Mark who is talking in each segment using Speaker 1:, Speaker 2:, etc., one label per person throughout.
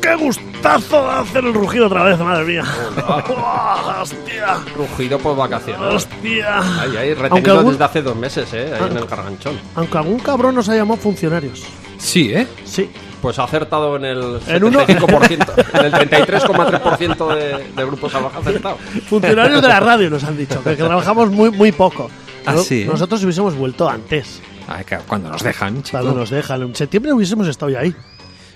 Speaker 1: ¡Qué gustazo de hacer el rugido otra vez, madre mía! ¡Hostia!
Speaker 2: Rugido por vacaciones.
Speaker 1: ¡Hostia!
Speaker 2: Ahí, ahí,
Speaker 1: Aunque
Speaker 2: retenido
Speaker 1: algún- Ah.
Speaker 2: desde hace dos meses, ¿eh? Ahí en el garganchón.
Speaker 1: Aunque algún cabrón nos ha llamado funcionarios.
Speaker 3: Sí, ¿eh?
Speaker 1: Sí.
Speaker 2: Pues ha acertado en el
Speaker 1: En uno-
Speaker 2: 75%, en el 33,3% de, de Grupo Salvaje ha acertado.
Speaker 1: Funcionarios de la radio nos han dicho, que, que trabajamos muy, muy poco.
Speaker 3: Ah,
Speaker 1: No-
Speaker 3: sí.
Speaker 1: Nosotros hubiésemos vuelto antes,
Speaker 3: Ay, claro, cuando nos dejan, chico.
Speaker 1: cuando nos dejan. En septiembre hubiésemos estado ya ahí.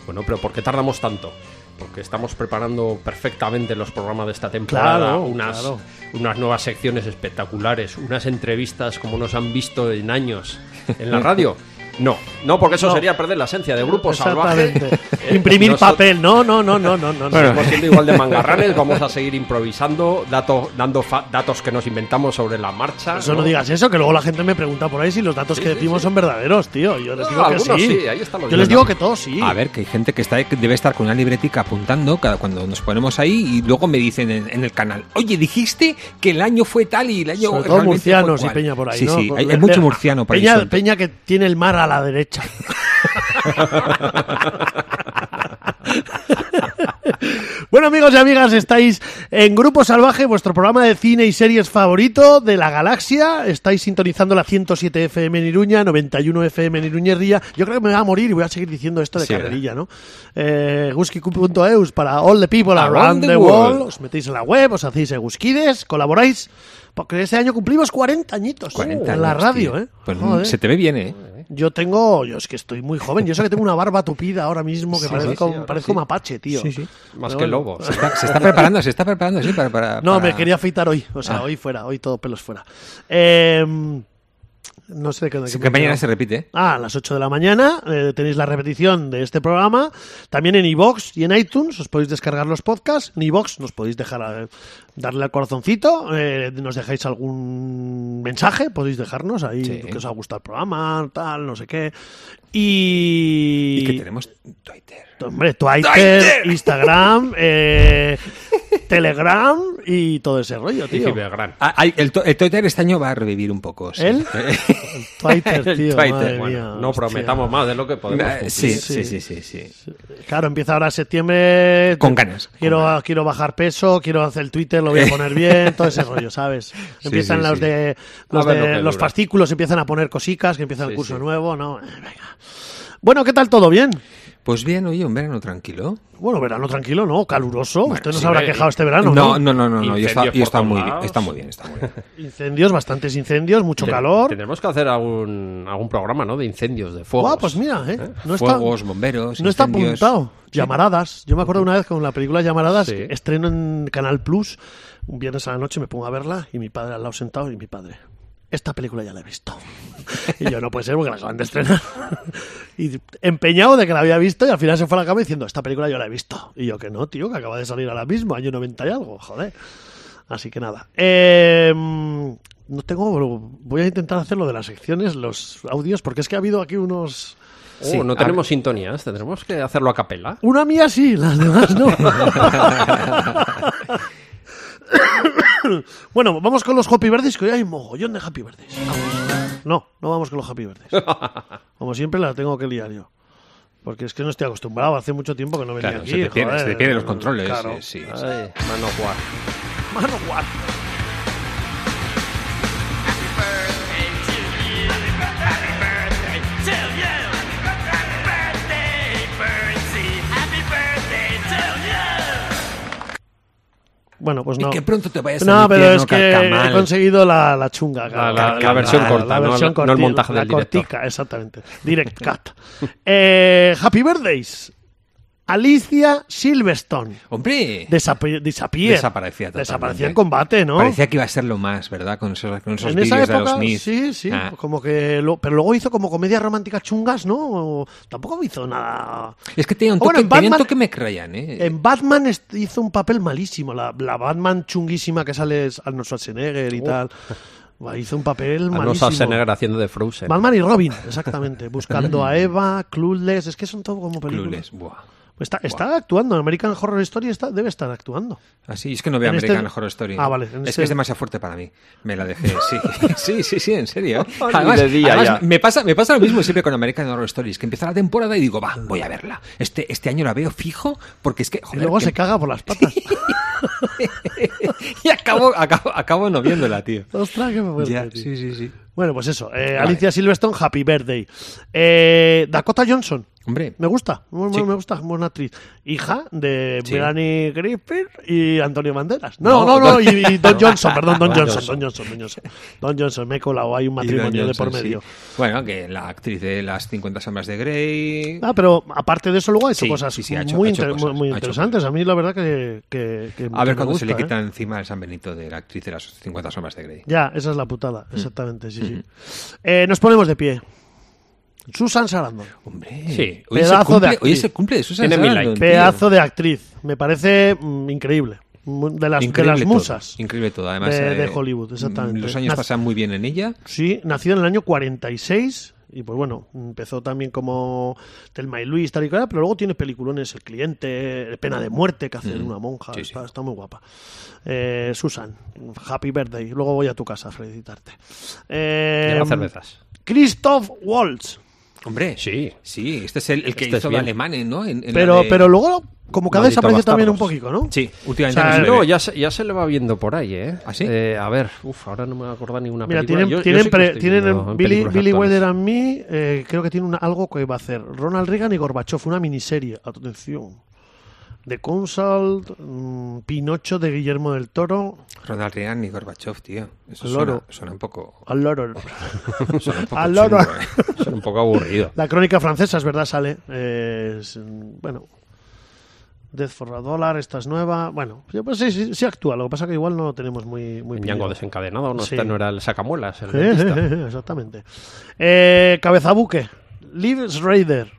Speaker 2: Bueno, pero ¿por qué tardamos tanto? Porque estamos preparando perfectamente los programas de esta temporada,
Speaker 1: Claro,
Speaker 2: unas,
Speaker 1: claro.
Speaker 2: unas nuevas secciones espectaculares, unas entrevistas como nos han visto en años en la radio. No, no, porque eso sería perder la esencia de Grupo
Speaker 3: Pues
Speaker 2: Salvaje.
Speaker 1: Exactamente.
Speaker 2: Eh,
Speaker 1: Imprimir
Speaker 2: nosotros-
Speaker 1: papel. No, no, no, no, no, no.
Speaker 3: Bueno.
Speaker 1: no.
Speaker 2: Seguimos siendo igual de mangarranes, vamos a seguir improvisando, datos, dando fa- datos que nos inventamos sobre la marcha.
Speaker 1: Eso no digas eso, que luego la gente me pregunta por ahí si los datos que decimos son verdaderos, tío. Yo les
Speaker 2: No,
Speaker 1: digo que
Speaker 2: algunos
Speaker 1: sí.
Speaker 2: sí, ahí está lo
Speaker 1: Yo les
Speaker 2: bueno.
Speaker 1: digo que todos sí.
Speaker 3: A ver, que hay gente que, está, que debe estar con una libretica apuntando cada, cuando nos ponemos ahí y luego me dicen en, en el canal, oye, dijiste que el año fue tal y el año
Speaker 1: Sobre todo
Speaker 3: realmente
Speaker 1: murcianos
Speaker 3: fue
Speaker 1: y
Speaker 3: cual".
Speaker 1: peña por ahí,
Speaker 3: Sí,
Speaker 1: ¿no?
Speaker 3: sí, hay, hay
Speaker 1: Pe-
Speaker 3: mucho murciano por ahí
Speaker 1: peña,
Speaker 3: suelto.
Speaker 1: peña que tiene el mar a la derecha. bueno, amigos y amigas, estáis en Grupo Salvaje, vuestro programa de cine y series favorito de la galaxia. Estáis sintonizando la 107 FM en Iruña, 91 FM en Iruña y Ría. Yo creo que me voy a morir y voy a seguir diciendo esto de
Speaker 3: Sí,
Speaker 1: carrerilla, ¿no? Eh, guskicu.eus para all the people
Speaker 3: Around
Speaker 1: around
Speaker 3: the
Speaker 1: the world.
Speaker 3: world.
Speaker 1: Os metéis en la web, os hacéis eguskides, colaboráis. Porque este año cumplimos 40 añitos
Speaker 3: 40
Speaker 1: en la
Speaker 3: años,
Speaker 1: radio,
Speaker 3: tío.
Speaker 1: ¿eh?
Speaker 3: Pues,
Speaker 1: Joder.
Speaker 3: se te ve bien, ¿eh?
Speaker 1: Yo tengo, yo es que estoy muy joven. Yo sé que tengo una barba tupida ahora mismo que
Speaker 2: Sí,
Speaker 1: parezco,
Speaker 2: sí, ahora
Speaker 1: parezco
Speaker 2: sí.
Speaker 1: mapache, tío.
Speaker 3: Sí, sí.
Speaker 1: Pero
Speaker 2: Más que
Speaker 1: bueno.
Speaker 2: lobos.
Speaker 3: Se está, se está preparando, se está preparando, sí, para... para-
Speaker 1: No,
Speaker 3: para- Ah.
Speaker 1: me quería afeitar hoy. O sea, hoy fuera, hoy todo pelos fuera. Eh, no sé de qué. de
Speaker 3: Sí,
Speaker 1: qué
Speaker 3: que
Speaker 1: me he
Speaker 3: mañana
Speaker 1: quedado.
Speaker 3: se repite. ¿eh?
Speaker 1: Ah, a las 8 de la mañana eh, tenéis la repetición de este programa. También en iBox y en iTunes os podéis descargar los podcasts. En iBox nos podéis dejar a- darle al corazoncito. eh, nos dejáis algún mensaje, podéis dejarnos ahí
Speaker 3: Sí.
Speaker 1: que os ha gustado el programa, tal, no sé qué. Y.
Speaker 3: Y que tenemos Twitter.
Speaker 1: Hombre, Twitter,
Speaker 3: Twitter.
Speaker 1: Instagram, eh, Telegram y todo ese rollo,
Speaker 2: Y
Speaker 1: tío.
Speaker 2: Cibergran.
Speaker 3: Ah, hay- el, to- el Twitter este año va a revivir un poco. sí.
Speaker 1: ¿El? Twitter,
Speaker 3: El
Speaker 1: tío.
Speaker 3: Twitter,
Speaker 1: madre
Speaker 3: bueno,
Speaker 1: mía,
Speaker 2: No
Speaker 1: hostia.
Speaker 2: prometamos más de lo que podemos.
Speaker 3: Eh,
Speaker 2: cumplir.
Speaker 3: Sí,
Speaker 1: Sí.
Speaker 3: sí, sí, sí, sí.
Speaker 1: Claro, empieza ahora septiembre.
Speaker 3: Con ganas.
Speaker 1: Quiero, quiero bajar peso, quiero hacer el Twitter, lo voy a poner bien, todo ese rollo, ¿sabes? Empiezan
Speaker 3: sí,
Speaker 1: los
Speaker 3: sí.
Speaker 1: de los,
Speaker 2: A ver
Speaker 1: de-
Speaker 2: lo que dura.
Speaker 1: los fascículos, empiezan a poner cosicas, que empieza el
Speaker 2: Sí,
Speaker 1: curso
Speaker 2: sí.
Speaker 1: nuevo, ¿no? Eh, Venga. Bueno, ¿qué tal todo? ¿Bien?
Speaker 3: Pues bien, oye, un verano tranquilo.
Speaker 1: Bueno, verano tranquilo, ¿no? Caluroso. Usted nos
Speaker 3: sí,
Speaker 1: habrá
Speaker 2: ve-
Speaker 1: quejado este verano, ¿no?
Speaker 3: No, no, no, no, no, yo está,
Speaker 2: Incendios
Speaker 3: yo está
Speaker 2: por
Speaker 3: muy
Speaker 2: todos
Speaker 3: bien,
Speaker 2: lados.
Speaker 3: está muy bien, está muy bien.
Speaker 1: Incendios, bastantes incendios, mucho
Speaker 2: Te-
Speaker 1: calor.
Speaker 2: Tendremos que hacer algún, algún programa, ¿no? De incendios, de fuegos.
Speaker 1: Guau, pues mira, ¿eh? No está,
Speaker 3: Fuegos, bomberos,
Speaker 1: no está
Speaker 3: incendios.
Speaker 1: apuntado. Llamaradas. Yo me acuerdo una vez con la película Llamaradas,
Speaker 2: Sí.
Speaker 1: estreno en Canal Plus, un viernes a la noche me pongo a verla y mi padre al lado sentado y mi padre. Esta película ya la he visto. Y yo no puede ser porque la acaban de estrenar. Y empeñado de que la había visto y al final se fue a la cama diciendo, esta película yo la he visto. Y yo que no, tío, que acaba de salir ahora mismo, año 90 y algo, joder. Así que nada. Eh, no tengo. Voy a intentar hacer lo de las secciones, los audios, porque es que ha habido aquí unos.
Speaker 2: Oh,
Speaker 3: Sí,
Speaker 2: no
Speaker 3: a-
Speaker 2: tenemos sintonías, tendremos que hacerlo a capela.
Speaker 1: Una mía sí, las demás no. bueno, vamos con los Happy Verdes, que hoy hay mogollón de Happy Verdes. Vamos. No, no vamos con los Happy Verdes. Como siempre, la tengo que liar yo. Porque es que no estoy acostumbrado, hace mucho tiempo que no venía
Speaker 3: Claro,
Speaker 1: aquí.
Speaker 3: se te pierden
Speaker 1: joder.
Speaker 3: se te pierden los controles.
Speaker 1: Claro. Ah.
Speaker 3: eh, sí, sí.
Speaker 2: Ay, mano guar.
Speaker 1: Mano guarda. Bueno, pues no.
Speaker 3: Y que pronto te vayas
Speaker 1: No,
Speaker 3: al
Speaker 1: pero
Speaker 3: infierno,
Speaker 1: es que he
Speaker 3: carcamal.
Speaker 1: conseguido la, la chunga. claro.
Speaker 2: la- la versión corta, no el- no el
Speaker 1: cortita,
Speaker 2: montaje
Speaker 1: la
Speaker 2: del director.
Speaker 1: cortica, exactamente. Direct cut. Eh, Happy Birthdays. Alicia Silverstone.
Speaker 3: Hombre,
Speaker 1: Desapi- disappear.
Speaker 3: Desaparecía totalmente.
Speaker 1: Desaparecía en combate, ¿no?
Speaker 3: parecía que iba a ser lo más, ¿verdad? Con esos, con esos
Speaker 1: en esa
Speaker 3: vídeos de los
Speaker 1: época,
Speaker 3: Smith.
Speaker 1: sí, sí.
Speaker 3: Ah,
Speaker 1: Como que lo- pero luego hizo como comedias románticas chungas, ¿no? O- Tampoco hizo nada.
Speaker 3: Es que tenía un
Speaker 1: O
Speaker 3: toque,
Speaker 1: Ah, bueno, en
Speaker 3: tenía un
Speaker 1: Batman-
Speaker 3: toque me creían, ¿eh?
Speaker 1: En Batman est- hizo un papel malísimo. La, la Batman chunguísima que sale es Arnold Schwarzenegger
Speaker 3: Oh.
Speaker 1: y tal. Buah, Hizo un papel
Speaker 2: A no
Speaker 1: malísimo.
Speaker 2: Schwarzenegger haciendo de Frozen.
Speaker 1: Batman y Robin, exactamente. Buscando a Eva, Clueless. Es que son todo como películas.
Speaker 3: Clueless, buah.
Speaker 1: Está, está actuando, en American Horror Story está, debe estar actuando.
Speaker 3: Así Ah, es que no veo
Speaker 1: En este-
Speaker 3: American Horror Story.
Speaker 1: Ah, vale,
Speaker 3: Es
Speaker 1: en este-
Speaker 3: que es demasiado fuerte para mí. Me la dejé. Sí, sí, sí, sí, en serio. ¿eh?
Speaker 2: Ni de día ya.
Speaker 3: me, pasa, me pasa lo mismo siempre con American Horror Stories, que empieza la temporada y digo, va, voy a verla. Este, este año la veo fijo porque es que...
Speaker 1: Y
Speaker 3: joder,
Speaker 1: luego
Speaker 3: que-
Speaker 1: se caga por las patas.
Speaker 3: y acabo, acabo, acabo no viéndola, tío.
Speaker 1: Ostras, qué fuerte,
Speaker 3: Ya,
Speaker 1: tío.
Speaker 3: sí, sí, sí.
Speaker 1: Bueno, pues eso. eh, Alicia Silverstone, Happy Birthday. Eh, Dakota Johnson.
Speaker 3: Hombre,
Speaker 1: Me gusta, muy- muy-
Speaker 3: Sí.
Speaker 1: me gusta, buena actriz. Hija de
Speaker 3: Sí.
Speaker 1: Melanie Griffith y Antonio Banderas. No, no,
Speaker 3: No,
Speaker 1: no,
Speaker 3: Don-
Speaker 1: y, y Don Johnson, perdón, Don
Speaker 2: Don
Speaker 1: Johnson, Don Johnson, Don Johnson. Don Johnson, me he colado, hay un
Speaker 3: y Don
Speaker 1: matrimonio de por
Speaker 3: Johnson, sí.
Speaker 1: medio.
Speaker 3: Bueno, que la actriz de las 50 sombras de Grey...
Speaker 1: Ah, pero aparte de eso, luego ha hecho
Speaker 3: Sí,
Speaker 1: cosas
Speaker 3: sí, sí, ha hecho-
Speaker 1: muy,
Speaker 3: ha hecho
Speaker 1: inter-
Speaker 3: cosas,
Speaker 1: muy
Speaker 3: ha hecho
Speaker 1: interesantes. A mí, la verdad, que. que- que- que
Speaker 3: a
Speaker 1: me
Speaker 3: ver cuando se
Speaker 1: gusta,
Speaker 3: le
Speaker 1: ¿eh?
Speaker 3: quita encima el San Benito de la actriz de las 50 sombras de Grey.
Speaker 1: Ya, esa es la putada,
Speaker 3: Mm.
Speaker 1: exactamente, sí, sí.
Speaker 3: Mm-hmm.
Speaker 1: Eh, nos ponemos de pie. Susan Sarandon.
Speaker 3: Hombre,
Speaker 2: Sí,
Speaker 3: hoy se
Speaker 1: pedazo de
Speaker 3: cumple, hoy
Speaker 1: actriz.
Speaker 3: se cumple de Susan
Speaker 2: Tiene mil
Speaker 3: Sarandon,
Speaker 2: likes.
Speaker 3: tío.
Speaker 1: Pedazo de actriz. Me parece mm, increíble. Mu- De las, de las
Speaker 3: todo,
Speaker 1: musas.
Speaker 3: increíble todo, además.
Speaker 1: de-
Speaker 3: eh,
Speaker 1: de Hollywood, exactamente.
Speaker 3: Los años
Speaker 1: Naz-
Speaker 3: pasan muy bien en ella.
Speaker 1: Sí, nacido en el año 46 y pues bueno, empezó también como Telma y Luis, tal y cual, pero luego tiene peliculones El Cliente, Pena de Muerte, que hace de una monja,
Speaker 3: Mm. sí, sí.
Speaker 1: está, está muy guapa. Eh, Susan, happy birthday, luego voy a tu casa a felicitarte. Eh,
Speaker 2: Lleva cervezas.
Speaker 1: Christoph Waltz,
Speaker 3: Hombre,
Speaker 2: Sí.
Speaker 3: Sí, este es el, el que
Speaker 2: Este es
Speaker 3: hizo de
Speaker 2: bien.
Speaker 3: alemán, ¿no? En- en la
Speaker 1: pero,
Speaker 3: de-
Speaker 1: pero luego como cada vez
Speaker 2: Maldito
Speaker 1: aparece también un
Speaker 2: bastardos.
Speaker 1: poquito, ¿no?
Speaker 3: Sí, últimamente
Speaker 1: O sea,
Speaker 3: no se le
Speaker 2: No,
Speaker 3: ve.
Speaker 2: ya se, ya se le va viendo por ahí, ¿eh?
Speaker 3: ¿Ah, sí?
Speaker 2: Eh, a ver, uf, ahora no me voy a acordar ninguna
Speaker 1: Mira,
Speaker 2: película.
Speaker 1: tienen,
Speaker 2: Yo- yo
Speaker 1: tienen,
Speaker 2: sí que
Speaker 1: pre-
Speaker 2: estoy
Speaker 1: tienen
Speaker 2: viendo en
Speaker 1: Billy,
Speaker 2: películas
Speaker 1: Billy
Speaker 2: actuales.
Speaker 1: Wilder and Me, eh, creo que tiene una- algo que va a hacer Ronald Reagan y Gorbachev, una miniserie, atención. The Consult, mm, Pinocho de Guillermo del Toro,
Speaker 3: Ronald Reagan y Gorbachev, tío. Eso
Speaker 1: Al
Speaker 3: suena,
Speaker 1: loro.
Speaker 3: suena un poco.
Speaker 1: al loro.
Speaker 3: Suena un poco
Speaker 1: Al loro.
Speaker 3: chungo, ¿eh?
Speaker 2: Son un poco aburrido.
Speaker 1: La crónica francesa, es verdad, sale. eh, es, mm, bueno. Death for a Dollar, esta es nueva. Bueno, sí, pues sí, sí, sí actúa, lo que pasa que igual no lo tenemos muy, muy
Speaker 2: En
Speaker 1: pillado.
Speaker 2: Django desencadenado, no,
Speaker 1: Sí.
Speaker 2: Este no era el sacamuelas, el
Speaker 1: Eh,
Speaker 2: dentista.
Speaker 1: eh, eh, exactamente. Eh, Cabezabuque, Liv Schrader.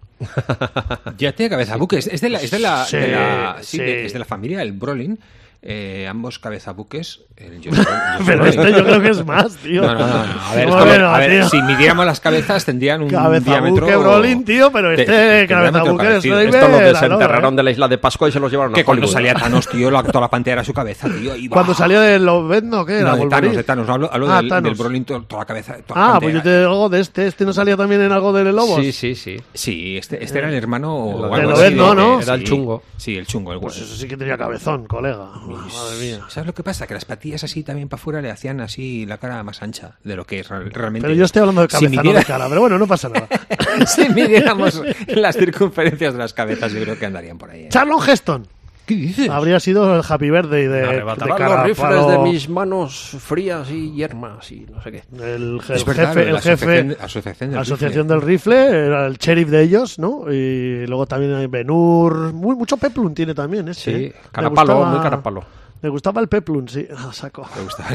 Speaker 3: Ya tiene cabeza buques. Es de la, es de la,
Speaker 1: Sí,
Speaker 3: de la-
Speaker 1: sí.
Speaker 3: sí, de- es de la familia, el Brolin. Eh, ambos cabeza buques. Eh, El Josh- Josh
Speaker 1: Pero
Speaker 3: Brolin.
Speaker 1: este yo creo que es más, tío.
Speaker 3: No, no, no, no, A ver,
Speaker 1: No,
Speaker 3: esto lo-
Speaker 1: bueno,
Speaker 3: a ver,
Speaker 1: tío.
Speaker 3: si midiéramos las cabezas tendrían un diámetro.
Speaker 1: Cabezabuque, Brolin, tío, pero
Speaker 3: te-
Speaker 1: este
Speaker 3: te- diámetro
Speaker 1: cabezabuque es
Speaker 3: parecido.
Speaker 1: Schreiber,
Speaker 2: Esto lo
Speaker 1: la
Speaker 2: desenterraron
Speaker 1: loba,
Speaker 2: de la isla de Pascua y se los llevaron a
Speaker 3: Que cuando
Speaker 2: Hollywood.
Speaker 3: salía Thanos, tío, la, toda la pantera a su cabeza, tío. y
Speaker 1: ¿eh? Cuando
Speaker 3: ¡buah!
Speaker 1: salió de Lobezno, ¿qué era?
Speaker 3: No, de Thanos,
Speaker 1: Wolverine.
Speaker 3: de Thanos. Hablo, hablo
Speaker 1: Ah,
Speaker 3: del,
Speaker 1: Thanos.
Speaker 3: del Brolin, to- toda la cabeza. toda la
Speaker 1: Ah, pues yo
Speaker 3: pantera.
Speaker 1: te digo de este. ¿Este no salía también en algo de Lobos?
Speaker 2: Sí, sí, sí.
Speaker 3: Sí, este, este era el hermano o
Speaker 2: Lo
Speaker 3: algo
Speaker 2: de
Speaker 3: así
Speaker 1: Lobezno,
Speaker 3: de-
Speaker 1: ¿no?
Speaker 3: de-
Speaker 2: Era el
Speaker 3: sí,
Speaker 2: chungo.
Speaker 3: Sí, el chungo, el
Speaker 1: Pues
Speaker 3: guay.
Speaker 1: eso sí que tenía cabezón, colega. Madre mía.
Speaker 3: ¿Sabes lo que pasa? Que las patillas así también para afuera le hacían así la cara más ancha de lo que es real- realmente.
Speaker 1: Pero yo estoy hablando de
Speaker 3: Si
Speaker 1: cabeza, no
Speaker 3: midiera-
Speaker 1: de cara. Pero bueno, no pasa nada.
Speaker 3: si midiéramos las circunferencias de las cabezas, yo creo que andarían por ahí. ¿eh?
Speaker 1: Charlon Heston.
Speaker 3: ¿Qué dices?
Speaker 1: Habría sido el Happy Birthday de, Eh, de
Speaker 2: Arrebatarán los
Speaker 1: Carapalo.
Speaker 2: rifles de mis manos frías y yermas y no sé qué.
Speaker 1: El, el
Speaker 3: Es verdad,
Speaker 1: jefe,
Speaker 3: lo de la
Speaker 1: el jefe,
Speaker 3: asociación- asociación del
Speaker 1: Asociación
Speaker 3: rifle.
Speaker 1: del Rifle, era el sheriff de ellos, ¿no? Y luego también hay Benur, muy, mucho Peplum tiene también ese.
Speaker 2: Sí,
Speaker 1: ¿eh? Le
Speaker 2: carapalo, muy carapalo.
Speaker 1: Le gustaba el Peplum, sí, a saco.
Speaker 3: Me gusta.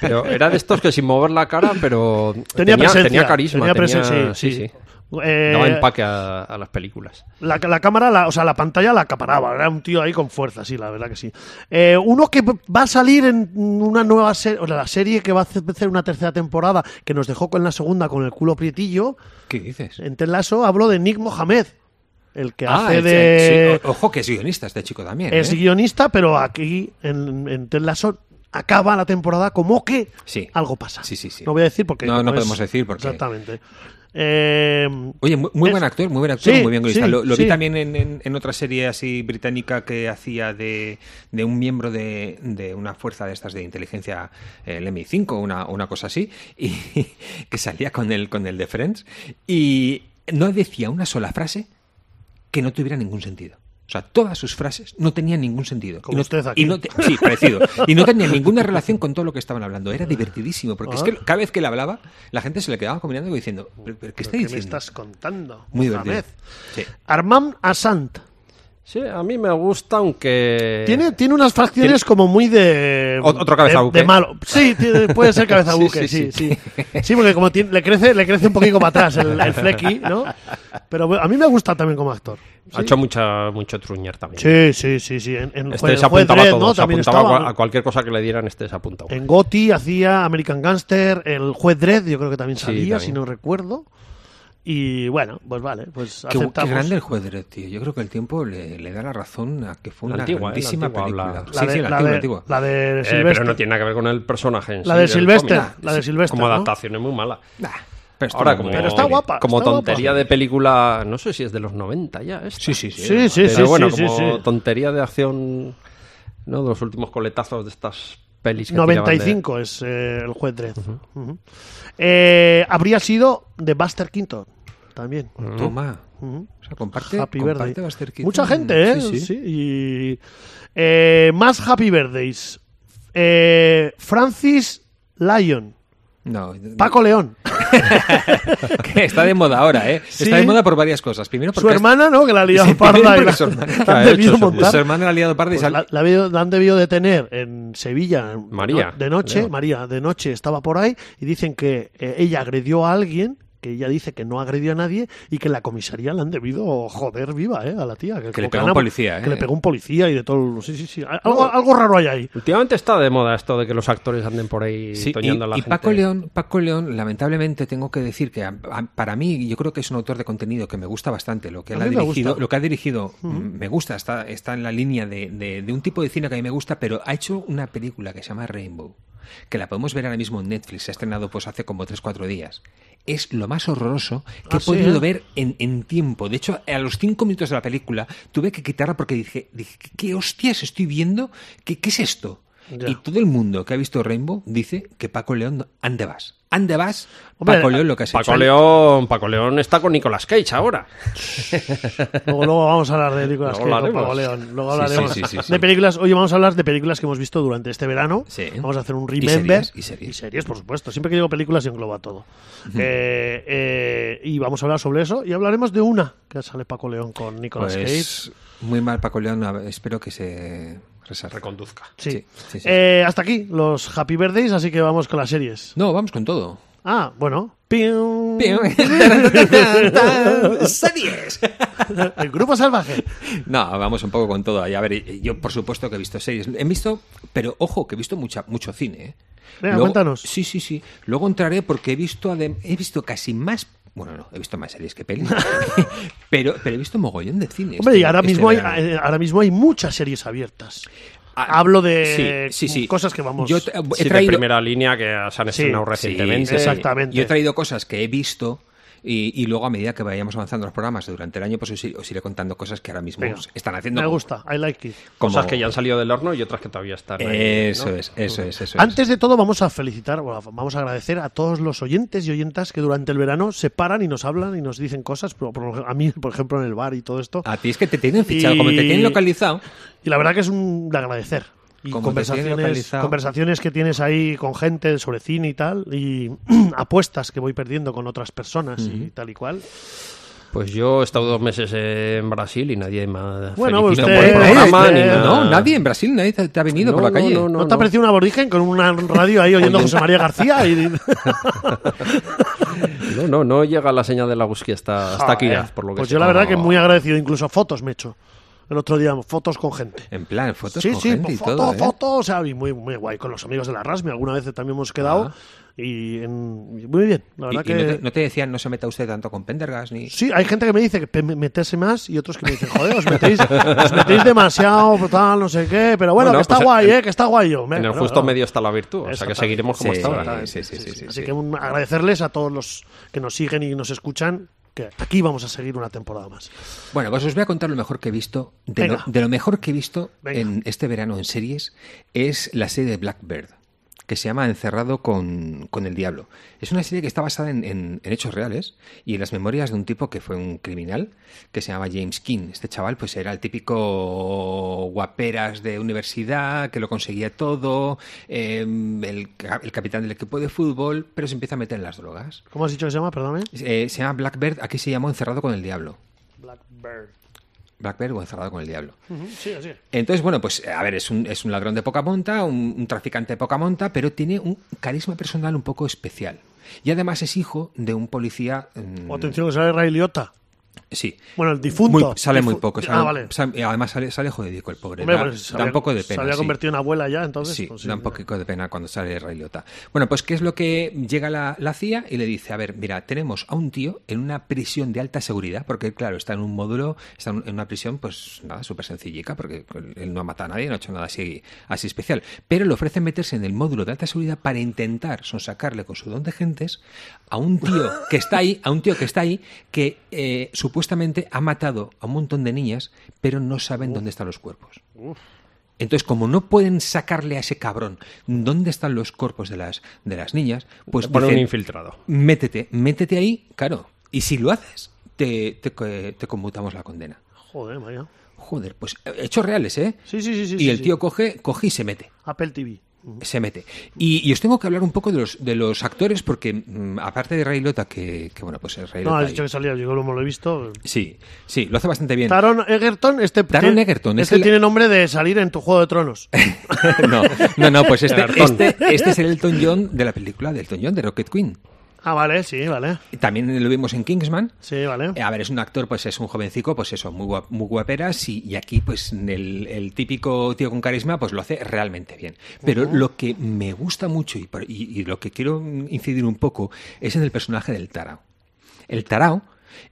Speaker 2: Pero era de estos que sin mover la cara, pero
Speaker 1: Tenía presencia,
Speaker 2: tenía carisma.
Speaker 1: tenía presencia, sí,
Speaker 2: sí, sí.
Speaker 1: Eh,
Speaker 2: Daba empaque a, a las películas.
Speaker 1: la, la cámara, la- o sea, la pantalla la acaparaba, era un tío ahí con fuerza, sí, la verdad que sí. Eh, uno que va a salir en una nueva serie, o sea, la serie que va a hacer una tercera temporada, que nos dejó con la segunda con el culo prietillo,
Speaker 3: ¿Qué dices?
Speaker 1: en Ted Lasso hablo de Nick Mohamed, el que
Speaker 3: Ah,
Speaker 1: hace
Speaker 3: el-
Speaker 1: de...
Speaker 3: sí, o- ojo que es guionista este chico también.
Speaker 1: Es
Speaker 3: ¿eh?
Speaker 1: guionista, pero aquí en, en Ted Lasso acaba la temporada como que
Speaker 3: Sí.
Speaker 1: algo pasa.
Speaker 3: Sí, sí, sí.
Speaker 1: No voy a decir porque
Speaker 3: No, no
Speaker 1: como es-
Speaker 3: podemos decir porque-
Speaker 1: Exactamente. Eh,
Speaker 3: Oye, muy, muy
Speaker 1: Es-
Speaker 3: buen actor, muy buen actor,
Speaker 1: Sí,
Speaker 3: muy bien guionista.
Speaker 1: sí,
Speaker 3: lo lo
Speaker 1: sí.
Speaker 3: vi también en, en- en otra serie así británica que hacía de, de un miembro de, de una fuerza de estas de inteligencia, eh, el MI5, una, una cosa así, y que salía con el, con el de Friends y no decía una sola frase que no tuviera ningún sentido. O sea, todas sus frases no tenían ningún sentido.
Speaker 1: Como
Speaker 3: y no,
Speaker 1: usted aquí.
Speaker 3: y no te- sí, parecido. Y no tenía ninguna relación con todo lo que estaban hablando.
Speaker 1: Ah.
Speaker 3: Era divertidísimo, porque es que cada vez que le hablaba, la gente se le quedaba mirando y diciendo, "¿Pero- pero ¿qué está
Speaker 1: ¿Qué me
Speaker 3: diciendo?
Speaker 1: estás contando?
Speaker 3: Muy
Speaker 1: Mohamed?
Speaker 3: divertido. Sí.
Speaker 1: Armand Assant.
Speaker 2: Sí, a mí me gusta, aunque.
Speaker 1: Tiene, tiene unas facciones como muy de.
Speaker 3: Eh, Ot- otro cabeza
Speaker 1: de-
Speaker 3: buque.
Speaker 1: De, malo. Sí, tiene- puede ser cabeza
Speaker 3: Sí,
Speaker 1: buque, sí,
Speaker 3: sí,
Speaker 1: sí. Sí, porque como tiene- le, crece, le crece un poquito para atrás el, el flequi, ¿no? Pero a mí me gusta también como actor.
Speaker 2: Ha hecho mucha, mucho truñer también.
Speaker 1: Sí, sí, sí, sí. En, en
Speaker 2: Este
Speaker 1: jue-
Speaker 2: se
Speaker 1: juez
Speaker 2: apuntaba a
Speaker 1: Dredd,
Speaker 2: todo,
Speaker 1: ¿no?
Speaker 2: se
Speaker 1: También
Speaker 2: apuntaba a
Speaker 1: estaba,
Speaker 2: cua-
Speaker 1: ¿no?
Speaker 2: a cualquier cosa que le dieran, este se apuntaba.
Speaker 1: En Gotti hacía American Gangster, el juez Dredd, yo creo que también
Speaker 2: Sí,
Speaker 1: salía,
Speaker 2: también.
Speaker 1: si no recuerdo. Y bueno, pues vale, pues
Speaker 3: Qué,
Speaker 1: aceptamos.
Speaker 3: qué grande el Juegueret, tío. Yo creo que el tiempo le, le da la razón a que fue
Speaker 2: La
Speaker 3: una
Speaker 2: antigua, ¿eh? La
Speaker 3: grandísima
Speaker 2: antigua
Speaker 3: película.
Speaker 2: habla-
Speaker 1: La
Speaker 3: sí,
Speaker 1: de,
Speaker 3: sí, la,
Speaker 1: la de-
Speaker 3: antigua, la antigua.
Speaker 1: la de
Speaker 2: Eh,
Speaker 1: Silvestre.
Speaker 2: pero no tiene nada que ver con el personaje en
Speaker 1: La
Speaker 2: sí
Speaker 1: de
Speaker 2: del
Speaker 1: Sylvester,
Speaker 2: cómic.
Speaker 1: la de Sylvester,
Speaker 2: Como
Speaker 1: ¿no?
Speaker 2: adaptación es muy mala.
Speaker 3: Nah, pero esto
Speaker 2: Ahora,
Speaker 3: no-
Speaker 2: como,
Speaker 1: Pero está guapa,
Speaker 2: como
Speaker 1: está
Speaker 2: tontería
Speaker 1: guapa.
Speaker 2: de película, no sé si es de los 90 ya. esta.
Speaker 3: Sí, sí, sí.
Speaker 1: Sí, sí,
Speaker 2: Pero
Speaker 1: sí,
Speaker 2: bueno,
Speaker 1: sí, sí,
Speaker 2: como
Speaker 1: sí.
Speaker 2: tontería de acción, ¿no? De los últimos coletazos de estas pelis. que tiraban de-
Speaker 1: 95 es eh, el juez Dredd. Ujú. Eh, habría sido de Buster Keaton también.
Speaker 3: Mm.
Speaker 2: Mm.
Speaker 3: Toma.
Speaker 1: Ujú.
Speaker 3: O sea, comparte,
Speaker 1: Happy
Speaker 3: comparte
Speaker 1: Birthday.
Speaker 3: Buster Keaton.
Speaker 1: Mucha gente, ¿eh?
Speaker 3: Sí, sí.
Speaker 1: Sí, y, eh, más Happy Birthdays. Eh, Francis Lyon.
Speaker 3: No,
Speaker 1: Paco León.
Speaker 3: Ah, que está de moda ahora, ¿eh?
Speaker 1: Sí.
Speaker 3: Está de moda por varias cosas. Primero porque
Speaker 1: Su hermana, ¿no? Que la ha liado
Speaker 3: Sí,
Speaker 1: parda. y
Speaker 3: porque
Speaker 1: la-
Speaker 3: su hermana-
Speaker 1: la
Speaker 3: claro,
Speaker 1: han
Speaker 3: ha hecho
Speaker 1: debido
Speaker 3: su hermana.
Speaker 1: montar.
Speaker 3: Su hermana la ha liado parda y
Speaker 1: Pues
Speaker 3: sal-
Speaker 1: la, la veo- la han debido detener en Sevilla. en-
Speaker 2: María,
Speaker 1: no, De noche,
Speaker 2: creo.
Speaker 1: María, de noche estaba por ahí y dicen que eh, ella agredió a alguien, que ella dice que no agredió a nadie y que en la comisaría la han debido joder viva, ¿eh? A la tía.
Speaker 3: Que le
Speaker 1: como
Speaker 3: pegó
Speaker 1: han
Speaker 3: un
Speaker 1: am-
Speaker 3: policía, ¿eh?
Speaker 1: Que le pegó un policía y de todo. el- Sí, sí, sí. Algo, algo raro hay ahí.
Speaker 2: Últimamente está de moda esto de que los actores anden por ahí
Speaker 3: Sí, y,
Speaker 2: toñando a la
Speaker 3: y
Speaker 2: gente.
Speaker 3: Paco León, Paco León, lamentablemente tengo que decir que a- a- para mí yo creo que es un autor de contenido que me gusta bastante. Lo que
Speaker 1: A
Speaker 3: él ha
Speaker 1: mí me
Speaker 3: dirigido,
Speaker 1: gusta.
Speaker 3: lo que ha dirigido, mm, me gusta. Está, está en la línea de, de- de un tipo de cine que a mí me gusta, pero ha hecho una película que se llama Rainbow, que la podemos ver ahora mismo en Netflix. Se ha estrenado pues hace como 3-4 días. Es lo más horroroso
Speaker 1: Ah,
Speaker 3: que he
Speaker 1: sí,
Speaker 3: podido
Speaker 1: ¿eh?
Speaker 3: ver en, en tiempo. De hecho, a los 5 minutos de la película tuve que quitarla porque dije, dije ¿qué hostias estoy viendo? ¿Qué, qué es esto?
Speaker 1: Ya.
Speaker 3: Y todo el mundo que ha visto Rainbow dice que Paco León, no- ande vas, ande vas,
Speaker 1: Hombre,
Speaker 3: Paco León lo que has
Speaker 2: Paco
Speaker 3: hecho.
Speaker 2: León, Paco León está con Nicolas Cage ahora.
Speaker 1: Luego, luego vamos a hablar de películas
Speaker 2: Luego
Speaker 1: que con
Speaker 2: hablaremos.
Speaker 1: Paco León. Luego
Speaker 3: Sí,
Speaker 1: hablaremos
Speaker 3: sí, sí, sí, sí.
Speaker 1: de películas. Hoy vamos a hablar de películas que hemos visto durante este verano.
Speaker 3: Sí.
Speaker 1: Vamos a hacer un
Speaker 3: Y
Speaker 1: remember.
Speaker 3: series, y series.
Speaker 1: por supuesto. Siempre que digo películas engloba todo. Eh, eh, y vamos a hablar sobre eso. Y hablaremos de una que sale Paco León con Nicolas Cage.
Speaker 3: Pues, muy mal Paco León, a ver, espero que se resarre.
Speaker 2: Reconduzca.
Speaker 1: Sí.
Speaker 3: sí, sí, sí.
Speaker 1: Eh, hasta aquí los Happy Birthdays, así que vamos con las series.
Speaker 3: No, vamos con todo.
Speaker 1: Ah, bueno. Pium.
Speaker 3: series.
Speaker 1: El grupo salvaje.
Speaker 3: No, vamos un poco con todo. ahí. A ver, y- yo por supuesto que he visto series. He visto, pero ojo, que he visto mucha, mucho cine. ¿eh?
Speaker 1: Venga, cuéntanos.
Speaker 3: Sí, sí, sí. Luego entraré porque he visto, adem- he visto casi más. Bueno, no, he visto más series que pelis. pero, pero he visto mogollón de cine.
Speaker 1: Hombre,
Speaker 3: este-
Speaker 1: y ahora
Speaker 3: este
Speaker 1: mismo, hay,
Speaker 3: verano.
Speaker 1: eh, ahora mismo hay muchas series abiertas.
Speaker 3: Ah,
Speaker 1: Hablo de cosas que vamos.
Speaker 3: Yo t-
Speaker 2: Sí,
Speaker 3: he
Speaker 2: de
Speaker 3: traído,
Speaker 2: primera línea que se han estrenado
Speaker 1: Eh, Sí,
Speaker 2: recientemente.
Speaker 1: sí, exactamente.
Speaker 3: Yo he traído cosas que he visto y, y luego a medida que vayamos avanzando los programas durante el año, pues os, i- os iré contando cosas que ahora mismo
Speaker 1: Venga.
Speaker 3: se Pues, están haciendo.
Speaker 1: Me
Speaker 3: como-
Speaker 1: gusta, I like it.
Speaker 3: como-
Speaker 2: Cosas que ya han salido del horno y otras que todavía están. ahí,
Speaker 3: Eso
Speaker 2: ¿no?
Speaker 3: es, eso es, eso es.
Speaker 1: Antes de todo, vamos a felicitar, bueno, vamos a agradecer a todos los oyentes y oyentas que durante el verano se paran y nos hablan y nos dicen cosas, por- por- a mí, por ejemplo, en el bar y todo esto.
Speaker 3: A ti es que te tienen fichado,
Speaker 1: Y-
Speaker 3: como te tienen localizado.
Speaker 1: Y la verdad que es un de agradecer. Y
Speaker 3: Como te tienen
Speaker 1: conversaciones,
Speaker 3: localizado.
Speaker 1: conversaciones que tienes ahí con gente sobre cine y tal, y apuestas que voy perdiendo con otras personas y tal y cual.
Speaker 2: Pues yo he estado dos meses en Brasil y nadie me ha
Speaker 1: Bueno,
Speaker 2: felicitado
Speaker 1: usted-
Speaker 2: por el
Speaker 1: Eh,
Speaker 2: programa
Speaker 1: usted-
Speaker 2: ni nada.
Speaker 3: No, nadie en Brasil, nadie te, te ha venido
Speaker 2: No,
Speaker 3: por la
Speaker 2: no,
Speaker 3: calle.
Speaker 2: no,
Speaker 1: ¿No,
Speaker 2: no.
Speaker 1: te ha parecido un aborigen con una radio ahí oyendo a José María García? Y...
Speaker 2: No, no, no llega la señal de la busquilla hasta, hasta aquí,
Speaker 1: Joder,
Speaker 2: por lo que
Speaker 1: Pues
Speaker 2: sé.
Speaker 1: yo la verdad que
Speaker 3: No.
Speaker 1: muy agradecido, incluso fotos me he hecho. El otro día, fotos con gente.
Speaker 3: En plan, fotos
Speaker 1: sí,
Speaker 3: con
Speaker 1: sí,
Speaker 3: gente y
Speaker 1: foto,
Speaker 3: todo. ¿eh?
Speaker 1: foto, o sea, y muy, muy guay con los amigos de la Rasmi. Alguna vez también hemos quedado y en- muy bien, la
Speaker 3: Y,
Speaker 1: verdad
Speaker 3: Ah. y
Speaker 1: que...
Speaker 3: no, te, no te decían, no se meta usted tanto con Pendergast ni.
Speaker 1: Sí, hay gente que me dice que pe- meterse más y otros que me dicen, joder, os metéis, os metéis demasiado, tal, no sé qué, pero bueno,
Speaker 2: Bueno,
Speaker 1: que está
Speaker 2: pues
Speaker 1: guay,
Speaker 2: en-
Speaker 1: eh, que está guay yo.
Speaker 2: En el justo medio está la virtud, o sea que
Speaker 1: Exactamente.
Speaker 2: seguiremos como
Speaker 3: Sí,
Speaker 2: hasta ahora.
Speaker 3: sí, sí, sí, sí, sí,
Speaker 1: Así
Speaker 3: sí.
Speaker 1: que un- agradecerles a todos los que nos siguen y nos escuchan, que aquí vamos a seguir una temporada más.
Speaker 3: Bueno, pues os voy a contar lo mejor que he visto. De, lo,
Speaker 1: Venga.
Speaker 3: de lo mejor que he visto
Speaker 1: Venga.
Speaker 3: en este verano en series es la serie de Blackbird, que se llama Encerrado con, con el Diablo. Es una serie que está basada en, en- en hechos reales y en las memorias de un tipo que fue un criminal, que se llama James King. Este chaval pues era el típico guaperas de universidad, que lo conseguía todo, eh, el, ca- el capitán del equipo de fútbol, pero se empieza a meter en las drogas.
Speaker 1: ¿Cómo has dicho que se llama? Perdón, ¿eh?
Speaker 3: Eh, se llama Blackbird, aquí se llamó Encerrado con el Diablo.
Speaker 1: Blackbird.
Speaker 3: Blackbird o Encerrado con el Diablo.
Speaker 1: Sí, así.
Speaker 3: Entonces, bueno, pues a ver, es un, es un ladrón de poca monta, un, un traficante de poca monta, pero tiene un carisma personal un poco especial. Y además es hijo de un policía. mm,
Speaker 1: Atención, que sale Ray Liotta.
Speaker 3: Sí.
Speaker 1: Bueno, el difunto.
Speaker 3: Muy- sale muy
Speaker 1: Difu-
Speaker 3: poco.
Speaker 1: Ah,
Speaker 3: sale-
Speaker 1: vale.
Speaker 3: sale- además sale, sale jodidico el pobre.
Speaker 1: Hombre,
Speaker 3: da,
Speaker 1: pues se
Speaker 3: da
Speaker 1: había-
Speaker 3: un poco de
Speaker 1: Se
Speaker 3: pena.
Speaker 1: había
Speaker 3: sí.
Speaker 1: convertido en abuela ya, entonces.
Speaker 3: Sí,
Speaker 1: pues
Speaker 3: da un poquito de pena cuando sale Ray Liotta. Bueno, pues ¿qué es lo que llega la, la CIA y le dice? A ver, mira, tenemos a un tío en una prisión de alta seguridad, porque claro, está en un módulo, está en en una prisión, pues nada, súper sencillica, porque él no ha matado a nadie, no ha hecho nada así, así especial. Pero le ofrecen meterse en el módulo de alta seguridad para intentar sonsacarle con su don de gentes a un tío que está ahí, a un tío que está ahí, que eh, supuestamente ha matado a un montón de niñas, pero no saben dónde están los cuerpos. Entonces, como no pueden sacarle a ese cabrón dónde están los cuerpos de las, de las niñas, pues
Speaker 2: Por un
Speaker 3: dicen,
Speaker 2: infiltrado.
Speaker 3: métete, métete ahí, claro. Y si lo haces, te, te, co- te conmutamos la condena.
Speaker 1: Joder, vaya.
Speaker 3: Joder, pues eh, hechos reales, ¿eh?
Speaker 1: Sí, sí, sí. sí
Speaker 3: y
Speaker 1: sí,
Speaker 3: el
Speaker 1: sí.
Speaker 3: tío coge, coge y se mete.
Speaker 1: Apple TV.
Speaker 3: Se mete. Y, y os tengo que hablar un poco de los, de los actores, porque mm, aparte de Ray Lota, que, que, bueno, pues es Ray
Speaker 1: No,
Speaker 3: Liotta
Speaker 1: has dicho
Speaker 3: ahí.
Speaker 1: que salía, yo como lo he visto.
Speaker 3: Sí, sí, lo hace bastante bien.
Speaker 1: Taron Egerton, este,
Speaker 3: Taron
Speaker 1: tiene-
Speaker 3: Egerton, es
Speaker 1: este
Speaker 3: el-
Speaker 1: tiene nombre de salir en tu Juego de Tronos.
Speaker 3: no, no, no, pues este,
Speaker 2: El Artón.
Speaker 3: este, este es el Elton John de la película de Elton John, de Rocket Queen.
Speaker 1: ah, vale, sí, vale.
Speaker 3: También lo vimos en Kingsman.
Speaker 1: Sí, vale.
Speaker 3: Eh, A ver, es un actor, pues es un jovencico, pues eso, muy, guap- muy guaperas y, y aquí pues el, el típico tío con carisma pues lo hace realmente bien. Pero lo que me gusta mucho y, por- y- y lo que quiero mm, incidir un poco es en el personaje del tarao. El tarao,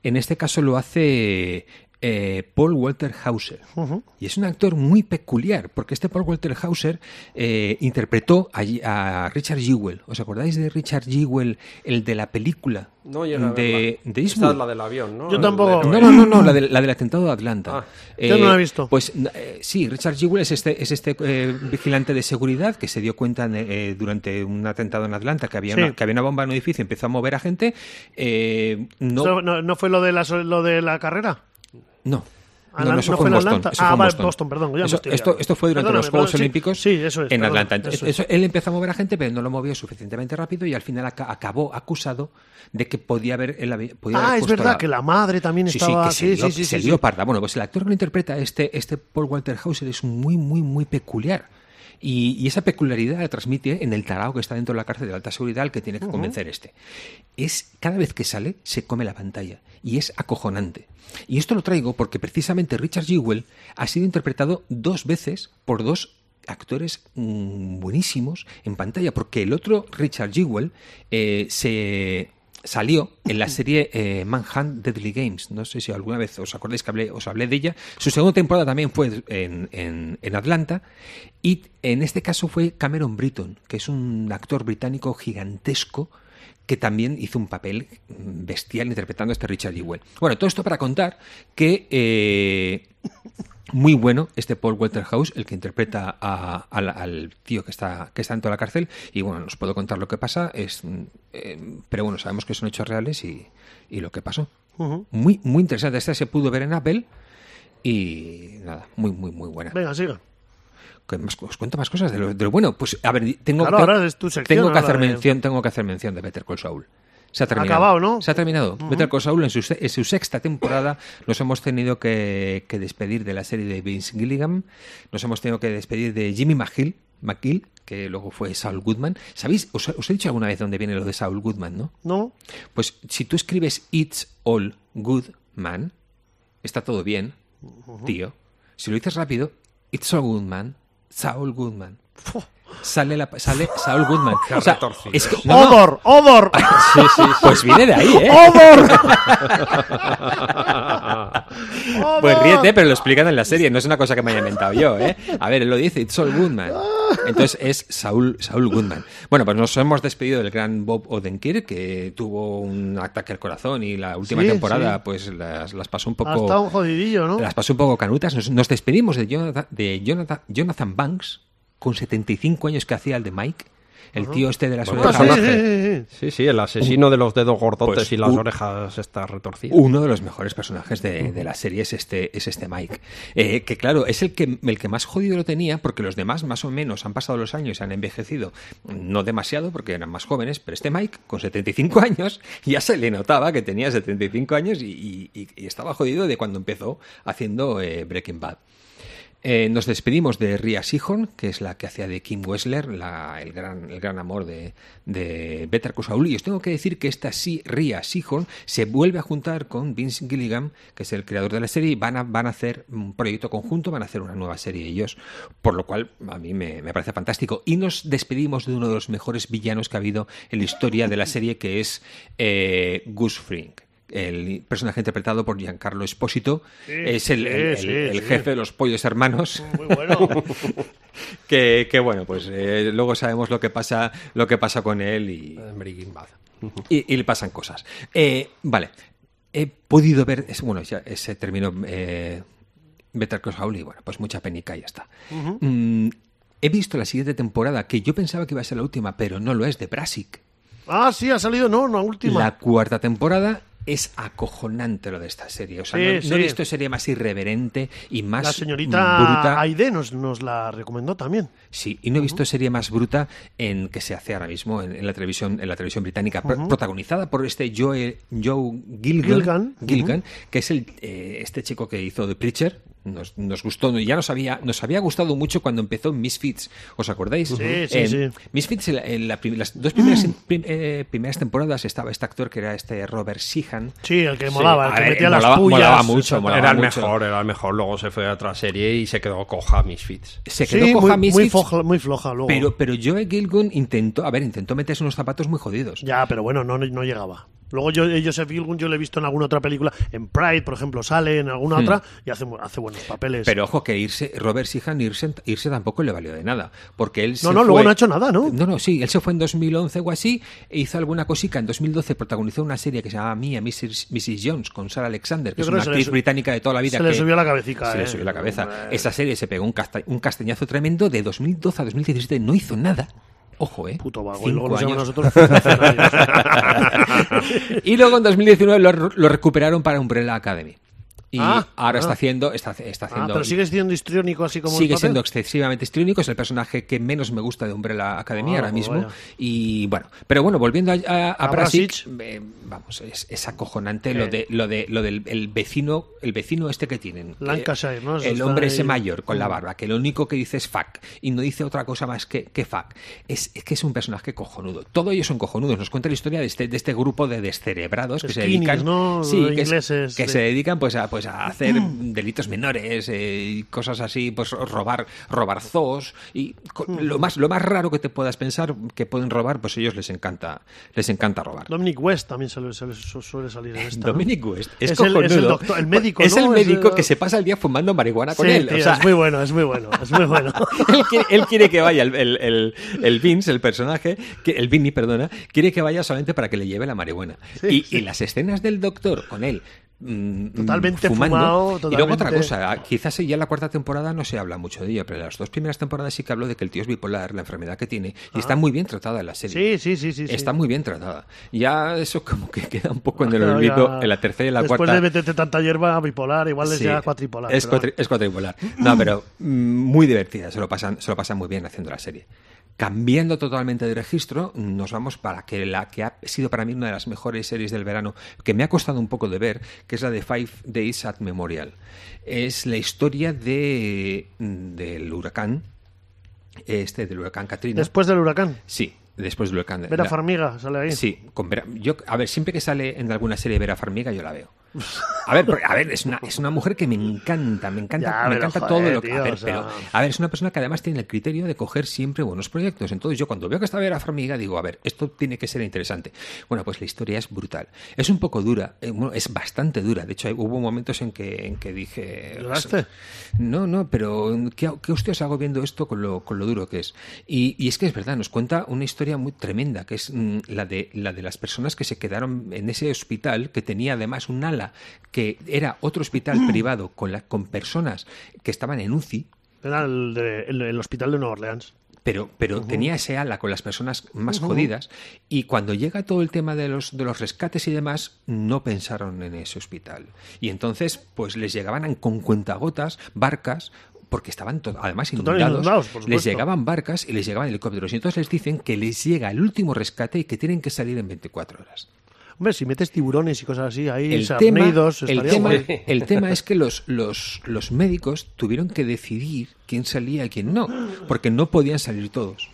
Speaker 3: en este caso lo hace eh, Paul Walter Hauser.
Speaker 1: Ujú.
Speaker 3: Y es un actor muy peculiar, porque este Paul Walter Hauser eh, interpretó a, a Richard Jewell. ¿Os acordáis de Richard Jewell, el de la película
Speaker 2: No llega a
Speaker 3: de, de
Speaker 2: Esta
Speaker 3: Eastwood?
Speaker 2: es la del avión, ¿no?
Speaker 1: Yo tampoco.
Speaker 2: El de
Speaker 3: No,
Speaker 2: Noé.
Speaker 3: no, no, no, la del, la del atentado de Atlanta.
Speaker 2: Ah,
Speaker 1: yo no la he visto.
Speaker 3: Pues n- eh, sí, Richard Jewell es este, es este eh, vigilante de seguridad que se dio cuenta en, eh, durante un atentado en Atlanta que había,
Speaker 1: Sí.
Speaker 3: una, que había una bomba en un edificio, empezó a mover a gente. eh, no,
Speaker 1: Eso ¿No, no fue lo de la, lo de la carrera?
Speaker 3: no.
Speaker 1: Alan-
Speaker 3: No, no, eso
Speaker 1: Ah, ¿no
Speaker 3: fue
Speaker 1: fue
Speaker 3: en
Speaker 1: en
Speaker 3: Boston.
Speaker 1: Atlanta?
Speaker 3: eso
Speaker 1: Ah,
Speaker 3: fue en
Speaker 1: vale,
Speaker 3: Boston.
Speaker 1: Boston, perdón, ya me
Speaker 3: Eso-
Speaker 1: estoy
Speaker 3: esto,
Speaker 1: liando.
Speaker 3: esto fue durante
Speaker 1: Perdóname,
Speaker 3: los Juegos
Speaker 1: perdón, sí,
Speaker 3: Olímpicos
Speaker 1: sí, eso es,
Speaker 3: en
Speaker 1: perdón,
Speaker 3: Atlanta.
Speaker 1: eso
Speaker 3: Eso-
Speaker 1: es.
Speaker 3: él empezó a mover a gente, pero no lo movió suficientemente rápido y al final aca- acabó acusado de que podía haber. él había- podía
Speaker 1: Ah,
Speaker 3: haber
Speaker 1: es
Speaker 3: puesto
Speaker 1: verdad
Speaker 3: la-
Speaker 1: que la madre también
Speaker 3: Sí, sí,
Speaker 1: estaba.
Speaker 3: que se, lió,
Speaker 1: sí,
Speaker 3: se
Speaker 1: sí,
Speaker 3: lió
Speaker 1: sí.
Speaker 3: parda. Bueno, pues el actor que lo interpreta, este, este Paul Walter Hauser, es muy, muy, muy peculiar. Y, y esa peculiaridad la transmite en el tarao que está dentro de la cárcel de alta seguridad al que tiene que convencer este. Es, cada vez que sale, se come la pantalla. Y es acojonante. Y esto lo traigo porque precisamente Richard Jewell ha sido interpretado dos veces por dos actores mm, buenísimos en pantalla, porque el otro Richard Jewell eh, se salió en la serie eh, Manhunt Deadly Games. No sé si alguna vez os acordáis que hablé, os hablé de ella. Su segunda temporada también fue en, en- en Atlanta y en este caso fue Cameron Britton, que es un actor británico gigantesco que también hizo un papel mm, bestial interpretando a este Richard Jewell. Bueno, todo esto para contar que eh, muy bueno este Paul Walter House, el que interpreta a- al- al tío que está, que está dentro de la cárcel. Y bueno, os puedo contar lo que pasa, es, mm, eh, pero bueno, sabemos que son hechos reales y, y lo que pasó.
Speaker 1: Ujú.
Speaker 3: Muy, muy interesante. Esta se pudo ver en Apple y nada, muy, muy, muy buena.
Speaker 1: Venga, siga.
Speaker 3: ¿Qué más- os cuento más cosas de lo, de lo bueno. Pues a ver, tengo,
Speaker 1: Claro,
Speaker 3: tengo-
Speaker 1: ahora es tu sección,
Speaker 3: tengo que
Speaker 1: ahora
Speaker 3: hacer
Speaker 1: de-
Speaker 3: mención, tengo que hacer mención de Better Call Saul. Se ha terminado.
Speaker 1: Acabado, ¿no?
Speaker 3: Se ha terminado. Better Call Saul en su, se- en su sexta temporada nos hemos tenido que, que despedir de la serie de Vince Gilligan, nos hemos tenido que despedir de Jimmy McGill, McGill que luego fue Saul Goodman. ¿Sabéis? Os, os he dicho alguna vez dónde viene lo de Saul Goodman, ¿no?
Speaker 1: ¿No?
Speaker 3: Pues si tú escribes It's all good, man, está todo bien, tío. Si lo dices rápido, It's all good, man, Saul Goodman. Sale, la, sale Saul Goodman.
Speaker 2: Qué
Speaker 3: O sea,
Speaker 2: retorcido.
Speaker 3: es que- no, no.
Speaker 1: ¡Odor! ¡Odor!
Speaker 3: Sí, sí, sí. Pues viene de ahí, ¿eh?
Speaker 1: ¡Odor!
Speaker 3: Pues ríete, pero lo explican en la serie, no es una cosa que me haya inventado yo, ¿eh? A ver, él lo dice, it's Saul Goodman. Entonces es Saul, Saul Goodman. Bueno, pues nos hemos despedido del gran Bob Odenkirk, que tuvo un ataque al corazón y la última
Speaker 1: Sí,
Speaker 3: temporada
Speaker 1: sí.
Speaker 3: pues las, las pasó un
Speaker 1: Ha
Speaker 3: poco...
Speaker 1: estado un jodidillo, ¿no?
Speaker 3: Las pasó un poco canutas. Nos, nos despedimos de Jonathan, de Jonathan, Jonathan Banks, con 75 años que hacía el de Mike, el tío este de las
Speaker 2: Bueno,
Speaker 1: Ah,
Speaker 3: orejas.
Speaker 1: sí, sí,
Speaker 2: personaje.
Speaker 1: sí, sí.
Speaker 2: Sí, sí, el asesino de los dedos gordotes
Speaker 3: Pues,
Speaker 2: y las
Speaker 3: un-
Speaker 2: orejas estas retorcidas.
Speaker 3: Uno de los mejores personajes de, de la serie es este, es este Mike. Eh, que claro, es el que, el que más jodido lo tenía, porque los demás más o menos han pasado los años, han envejecido, no demasiado, porque eran más jóvenes, pero este Mike, con 75 años, ya se le notaba que tenía 75 años y, y- y- y estaba jodido de cuando empezó haciendo eh, Breaking Bad. Eh, nos despedimos de Ria Sihon, que es la que hacía de Kim Wessler, la- el, gran, el gran amor de, de Better Call Saul. Y os tengo que decir que esta sí, Ria Sihon se vuelve a juntar con Vince Gilligan, que es el creador de la serie, y van a, van a hacer un proyecto conjunto, van a hacer una nueva serie ellos, por lo cual a mí me, me parece fantástico. Y nos despedimos de uno de los mejores villanos que ha habido en la historia de la serie, que es eh, Gus Fring el personaje interpretado por Giancarlo Espósito, es el, el-
Speaker 1: sí,
Speaker 3: el-
Speaker 1: sí,
Speaker 3: el
Speaker 1: sí.
Speaker 3: jefe de los pollos hermanos,
Speaker 1: Muy bueno.
Speaker 3: que, que, bueno, pues eh, luego sabemos lo que pasa, lo que pasa con él y,
Speaker 2: En Breaking Bad.
Speaker 3: y, y le pasan cosas. Eh, vale, he podido ver, es- bueno, ya se terminó eh, Better Call Saul y bueno, pues mucha penica y ya está. Mm, he visto la siguiente temporada, que yo pensaba que iba a ser la última, pero no lo es, de Brassic.
Speaker 1: Ah, sí, ha salido, no, la última.
Speaker 3: La cuarta temporada es acojonante lo de esta serie. O sea,
Speaker 1: Sí,
Speaker 3: no, no
Speaker 1: sí.
Speaker 3: he visto serie más irreverente y más
Speaker 1: La señorita
Speaker 3: bruta.
Speaker 1: Aide nos, nos la recomendó también.
Speaker 3: Sí, y no he visto serie más bruta en que se hace ahora mismo en, en la televisión, en la televisión británica, pro- protagonizada por este Joe, Joe Gilgan,
Speaker 1: Gilgan,
Speaker 3: Gilgan, que es el eh, este chico que hizo The Preacher. Nos, nos gustó, ya nos había, nos había gustado mucho cuando empezó Misfits, ¿os acordáis?
Speaker 1: sí, sí. Mm.
Speaker 3: Misfits, en la- en la prim- las dos primeras, prim- eh, primeras temporadas estaba este actor que era este Robert Sheehan.
Speaker 1: Sí, el que molaba, el
Speaker 3: a
Speaker 1: que
Speaker 3: ver,
Speaker 1: metía
Speaker 3: molaba-
Speaker 1: las pullas.
Speaker 3: molaba mucho, molaba
Speaker 2: Era el
Speaker 3: mucho.
Speaker 2: mejor, era el mejor. Luego se fue a otra serie y se quedó coja a Misfits.
Speaker 3: Se
Speaker 1: Sí,
Speaker 3: quedó
Speaker 1: muy,
Speaker 3: coja
Speaker 1: muy
Speaker 3: Misfits,
Speaker 1: floja, muy floja luego.
Speaker 3: pero, pero Joe Gilgan intentó, a ver, intentó meterse unos zapatos muy jodidos.
Speaker 1: Ya, pero bueno, no, no llegaba. Luego yo, eh, Joseph Gilgun yo lo he visto en alguna otra película. En Pride, por ejemplo, sale en alguna otra y hace, mu- hace buenos papeles.
Speaker 3: Hmm. Pero ojo que irse, Robert Sihan irse, irse tampoco le valió de nada, porque él
Speaker 1: No,
Speaker 3: se
Speaker 1: no, luego
Speaker 3: fue-
Speaker 1: no ha hecho nada, ¿no?
Speaker 3: No, no, sí, él se fue en 2011 o así, e hizo alguna cosica, en 2012 protagonizó una serie que se llamaba Mia, Mrs. Mrs. Jones, con Sarah Alexander, que
Speaker 1: Yo
Speaker 3: es
Speaker 1: creo
Speaker 3: una
Speaker 1: que se le
Speaker 3: actriz
Speaker 1: su-
Speaker 3: británica de toda la vida.
Speaker 1: se le
Speaker 3: que-
Speaker 1: subió la cabecita,
Speaker 3: Se
Speaker 1: ¿eh?
Speaker 3: le subió la cabeza.
Speaker 1: Hombre.
Speaker 3: Esa serie se pegó un, casta- un castañazo tremendo, de 2012 a 2017 no hizo nada. Ojo, ¿eh?
Speaker 1: Puto vago. Y
Speaker 3: Cinco
Speaker 1: luego nos llaman
Speaker 3: años.
Speaker 1: a nosotros Ah, funcionarios.
Speaker 3: y luego en 2019 lo, lo recuperaron para Umbrella Academy. Y
Speaker 1: Ah,
Speaker 3: ahora
Speaker 1: ah.
Speaker 3: está haciendo. Está, está
Speaker 1: Ah,
Speaker 3: haciendo
Speaker 1: pero sigue siendo histriónico así como el
Speaker 3: sigue
Speaker 1: papel.
Speaker 3: siendo excesivamente histriónico, es el personaje que menos me gusta de Umbrella Academy
Speaker 1: Ah,
Speaker 3: ahora mismo.
Speaker 1: vaya.
Speaker 3: Y bueno, pero bueno, volviendo a, a, a
Speaker 1: A
Speaker 3: Brasic,
Speaker 1: Brasic.
Speaker 3: eh, vamos, es, es acojonante lo de lo de lo del el vecino, el vecino este que tienen. que-
Speaker 1: Lancashire, ¿no? Eso
Speaker 3: El
Speaker 1: está
Speaker 3: hombre
Speaker 1: ahí. Mm.
Speaker 3: ese mayor con la barba, que lo único que dice es fuck y no dice otra cosa más que, que fuck. Es, es que es un personaje cojonudo. Todos ellos son cojonudos. Nos cuenta la historia de este, de este grupo de descerebrados que se
Speaker 1: Skinnies,
Speaker 3: dedican,
Speaker 1: ¿no?
Speaker 3: sí, que, es-
Speaker 1: Ingleses,
Speaker 3: que
Speaker 1: de-
Speaker 3: se dedican pues a pues a hacer
Speaker 1: Mm.
Speaker 3: delitos menores eh, y cosas así pues robar robar zoos y co-
Speaker 1: Mm.
Speaker 3: lo más lo más raro que te puedas pensar que pueden robar pues a ellos les encanta les encanta robar
Speaker 1: Dominic West también se le, se le su- suele salir en esta. ¿no?
Speaker 3: Dominic West es,
Speaker 1: Es el- es el
Speaker 3: cojonudo.
Speaker 1: doctor- el médico,
Speaker 3: es
Speaker 1: ¿no?
Speaker 3: el
Speaker 1: Es el-
Speaker 3: médico que se pasa el día fumando marihuana con
Speaker 1: Sí,
Speaker 3: él o
Speaker 1: tío,
Speaker 3: sea,
Speaker 1: es muy bueno, es muy bueno, es muy bueno.
Speaker 3: él, quiere, él quiere que vaya el, el, el, el Vince, el personaje, que, el Vinny, perdona, quiere que vaya solamente para que le lleve la marihuana. y, y las escenas del doctor con él. mm,
Speaker 1: Totalmente
Speaker 3: fumando.
Speaker 1: fumado,
Speaker 3: Y luego otra
Speaker 1: totalmente-
Speaker 3: cosa, ah, quizás ya en la cuarta temporada no se habla mucho de ello, pero en las dos primeras temporadas sí que hablo de que el tío es bipolar, la enfermedad que tiene, y está muy bien tratada en la serie.
Speaker 1: Ah. Sí, sí, sí, sí. sí.
Speaker 3: Está muy bien tratada. Ya eso como que queda un poco en el
Speaker 1: Pero
Speaker 3: olvido
Speaker 1: ya-
Speaker 3: en la tercera y la
Speaker 1: Después
Speaker 3: cuarta.
Speaker 1: de meterte tanta hierba bipolar, igual es
Speaker 3: Sí,
Speaker 1: ya cuatripolar.
Speaker 3: Es,
Speaker 1: pero
Speaker 3: cuatri- es cuatripolar. No, pero mm, muy divertida. Se lo, pasan, se lo pasan muy bien haciendo la serie. Cambiando totalmente de registro, nos vamos para que la que ha sido para mí una de las mejores series del verano, que me ha costado un poco de ver, que es la de Five Days at Memorial. Es la historia de, mm, del huracán, este del huracán Katrina.
Speaker 1: Después del huracán.
Speaker 3: sí, después del huracán.
Speaker 1: Vera
Speaker 3: La-
Speaker 1: Farmiga sale ahí.
Speaker 3: Sí, con Vera- yo, a ver, siempre que sale en alguna serie Vera Farmiga, yo la veo. A ver, porque- a ver, es una, es una mujer que me encanta, me encanta,
Speaker 1: Ya,
Speaker 3: me
Speaker 1: pero
Speaker 3: encanta
Speaker 1: joder,
Speaker 3: todo lo que.
Speaker 1: tío,
Speaker 3: a, ver,
Speaker 1: o sea.
Speaker 3: pero- a ver, es una persona que además tiene el criterio de coger siempre buenos proyectos. Entonces, yo cuando veo que está Vera Farmiga, digo, a ver, esto tiene que ser interesante. Bueno, pues la historia es brutal. Es un poco dura, eh, bueno, es bastante dura. De hecho, hay- hubo momentos en que, en que dije.
Speaker 1: ¿Lloraste?
Speaker 3: No, no, pero ¿qué, qué hostias hago viendo esto con lo, con lo duro que es? Y, y es que es verdad, nos cuenta una historia muy tremenda, que es mm, la de, la de las personas que se quedaron en ese hospital, que tenía además un ala, que era otro hospital privado con, la, con personas que estaban en UCI,
Speaker 1: Era el, de- el- el hospital de Nueva Orleans.
Speaker 3: pero, pero tenía ese ala con las personas más jodidas y cuando llega todo el tema de los, de los rescates y demás, no pensaron en ese hospital. Y entonces, pues les llegaban an- con cuentagotas, barcas, porque estaban to- además
Speaker 1: Total,
Speaker 3: inundados,
Speaker 1: inundados, por
Speaker 3: les
Speaker 1: supuesto.
Speaker 3: llegaban barcas y les llegaban helicópteros. Y entonces les dicen que les llega el último rescate y que tienen que salir en 24 horas.
Speaker 1: Hombre, si metes tiburones y cosas así, ahí
Speaker 3: el tema,
Speaker 1: sarnidos,
Speaker 3: el,
Speaker 1: estaría
Speaker 3: tema,
Speaker 1: guay.
Speaker 3: el tema es que los, los, los médicos tuvieron que decidir quién salía y quién no, porque no podían salir todos.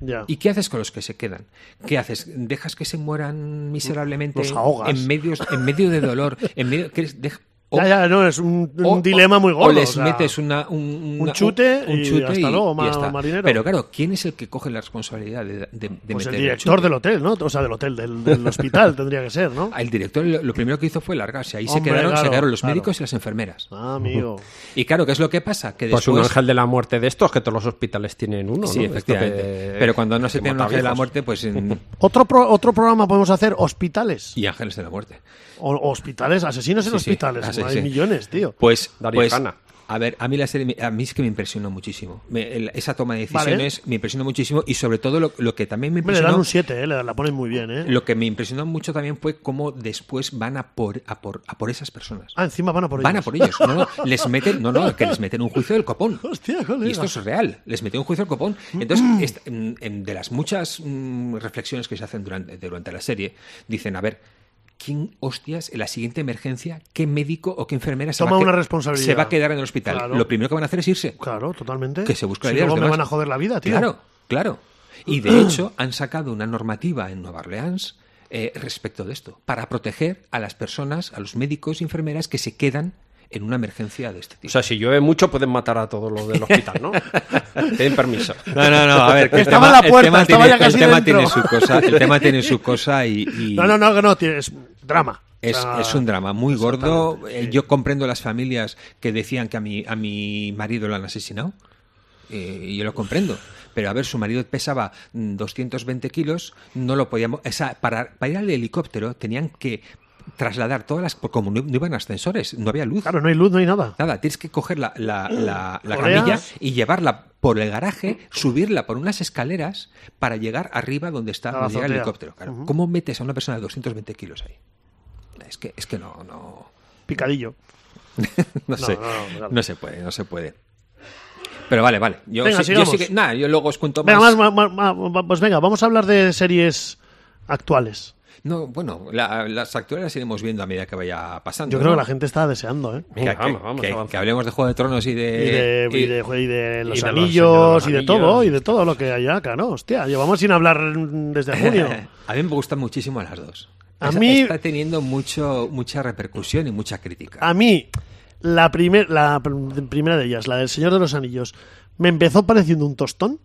Speaker 1: Ya.
Speaker 3: ¿Y qué haces con los que se quedan? ¿Qué haces? ¿Dejas que se mueran miserablemente
Speaker 1: Los ahogas.
Speaker 3: en medio, en medio de dolor? En medio, ¿crees? Deja- o-
Speaker 1: ya, ya, no, es un, un
Speaker 3: o-
Speaker 1: dilema
Speaker 3: o-
Speaker 1: muy gordo.
Speaker 3: O les
Speaker 1: o sea,
Speaker 3: metes una- un, una-
Speaker 1: chute y hasta luego, ma-
Speaker 3: ya está.
Speaker 1: marinero.
Speaker 3: Pero claro, ¿quién es el que coge la responsabilidad de, de- de
Speaker 1: pues
Speaker 3: meter
Speaker 1: el
Speaker 3: el
Speaker 1: director
Speaker 3: chute?
Speaker 1: del hotel, ¿no? O sea, del hotel, del, del hospital tendría que ser, ¿no?
Speaker 3: Ah, El director lo, lo primero que hizo fue largarse. Ahí se
Speaker 1: Hombre,
Speaker 3: quedaron, se
Speaker 1: claro,
Speaker 3: quedaron los
Speaker 1: claro.
Speaker 3: médicos y las enfermeras.
Speaker 1: Ah, amigo.
Speaker 3: Y claro, ¿qué es lo que pasa? Que
Speaker 2: Pues
Speaker 3: después...
Speaker 2: un ángel de la muerte de estos, que todos los hospitales tienen uno,
Speaker 3: Sí,
Speaker 2: ¿no?
Speaker 3: efectivamente.
Speaker 2: Esto que-
Speaker 3: Pero cuando no se
Speaker 2: que
Speaker 3: tiene un
Speaker 2: mata
Speaker 3: ángel de la
Speaker 2: viejos.
Speaker 3: muerte, pues... en-
Speaker 1: Otro, pro- otro programa podemos hacer, hospitales.
Speaker 3: Y ángeles de la muerte.
Speaker 1: O, o hospitales, asesinos en
Speaker 3: Sí, sí,
Speaker 1: hospitales.
Speaker 3: así,
Speaker 1: hay
Speaker 3: sí.
Speaker 1: millones, tío.
Speaker 3: Pues,
Speaker 2: Darío
Speaker 3: pues
Speaker 2: Gana.
Speaker 3: a ver, a mí la serie, me- a mí es que me impresionó muchísimo. Me- el- esa toma de
Speaker 1: Vale.
Speaker 3: decisiones me impresionó muchísimo y sobre todo lo, lo que también me
Speaker 1: Hombre, le dan
Speaker 3: impresionó,
Speaker 1: un 7, ¿eh? le- la ponen muy bien, ¿eh?
Speaker 3: lo que me impresionó mucho también fue cómo después van a por a por a por esas personas.
Speaker 1: Ah, encima van a por ellos.
Speaker 3: Van a por ellos. No, no, les meten, no, no, que les meten un juicio del copón.
Speaker 1: Hostia, Mm. colega.
Speaker 3: Y esto es real, les metió un juicio al copón. Entonces, esta- en- en- de las muchas mm, reflexiones que se hacen durante, durante la serie, dicen, a ver, ¿quién hostias en la siguiente emergencia, qué médico o qué enfermera se,
Speaker 1: Toma
Speaker 3: va, a que-
Speaker 1: una responsabilidad.
Speaker 3: se va a quedar en el hospital?
Speaker 1: Claro.
Speaker 3: Lo primero que van a hacer es irse.
Speaker 1: Claro, totalmente.
Speaker 3: Que se busca la
Speaker 1: Mm. Si
Speaker 3: vida de
Speaker 1: luego
Speaker 3: los
Speaker 1: me
Speaker 3: demás.
Speaker 1: van a joder la vida, tío.
Speaker 3: Claro, claro. Y de hecho han sacado una normativa en Nueva Orleans eh, respecto de esto, para proteger a las personas, a los médicos y enfermeras que se quedan en una emergencia de este tipo.
Speaker 2: O sea, si llueve mucho, pueden matar a todos los del hospital, ¿no? Tienen permiso.
Speaker 3: No, no, no, a ver, que el
Speaker 1: Estaba
Speaker 3: tema,
Speaker 1: en la puerta,
Speaker 3: el tema
Speaker 1: estaba
Speaker 3: tiene,
Speaker 1: ya
Speaker 3: el
Speaker 1: casi
Speaker 3: tema
Speaker 1: dentro.
Speaker 3: tiene su cosa, el tema tiene su cosa y, y
Speaker 1: No, no, no, que no, tío, es drama.
Speaker 3: Es,
Speaker 1: O sea,
Speaker 3: es un drama muy gordo.
Speaker 1: Ah, Exactamente,
Speaker 3: Eh,
Speaker 1: sí.
Speaker 3: Yo comprendo las familias que decían que a mi, a mi marido lo han asesinado. Eh, y yo lo comprendo. Pero a ver, su marido pesaba mm, 220 kilos, no lo podíamos... esa- para, para ir al helicóptero tenían que trasladar todas las... porque Como no, no iban ascensores, no había luz.
Speaker 1: Claro, no hay luz, no hay nada.
Speaker 3: Nada, tienes que coger la, la- la- la
Speaker 1: Mm. Correas.
Speaker 3: camilla y llevarla por el garaje, subirla por unas escaleras para llegar arriba donde está
Speaker 1: A la
Speaker 3: donde llega el
Speaker 1: azotea.
Speaker 3: helicóptero. Claro,
Speaker 1: Ujú.
Speaker 3: ¿Cómo metes a una persona de 220 kilos ahí? Es que, es que no, no,
Speaker 1: Picadillo.
Speaker 3: no, sé,
Speaker 1: no, no, claro.
Speaker 3: no se puede, no se puede. Pero vale, vale. Yo,
Speaker 1: Venga,
Speaker 3: sí, yo sí
Speaker 1: sigamos.
Speaker 3: que, nada, yo luego os cuento
Speaker 1: Venga,
Speaker 3: más.
Speaker 1: más, más, más, más, más, pues venga, vamos a hablar de series actuales.
Speaker 3: No, bueno, la- las actuales las iremos viendo a medida que vaya pasando.
Speaker 1: Yo creo
Speaker 3: ¿no?
Speaker 1: que la gente está deseando, ¿eh.
Speaker 3: Que-
Speaker 2: Venga,
Speaker 3: que-
Speaker 2: vamos, vamos,
Speaker 3: que-
Speaker 2: avanza.
Speaker 3: que hablemos de Juego de Tronos y
Speaker 1: Y de,
Speaker 3: de...
Speaker 1: y de- y de los
Speaker 2: Eh, y de los
Speaker 1: anillos, y de
Speaker 2: anillos.
Speaker 1: todo, y de todo lo que hay acá, ¿no? Hostia, llevamos sin hablar desde junio.
Speaker 3: A mí me gustan muchísimo las dos.
Speaker 1: A
Speaker 3: Es-
Speaker 1: mí-
Speaker 3: Está teniendo mucho, mucha repercusión y mucha crítica.
Speaker 2: Ah,
Speaker 1: A mí, la, primer, la pr- primera de ellas, la del Señor de los Anillos, me empezó pareciendo un tostón,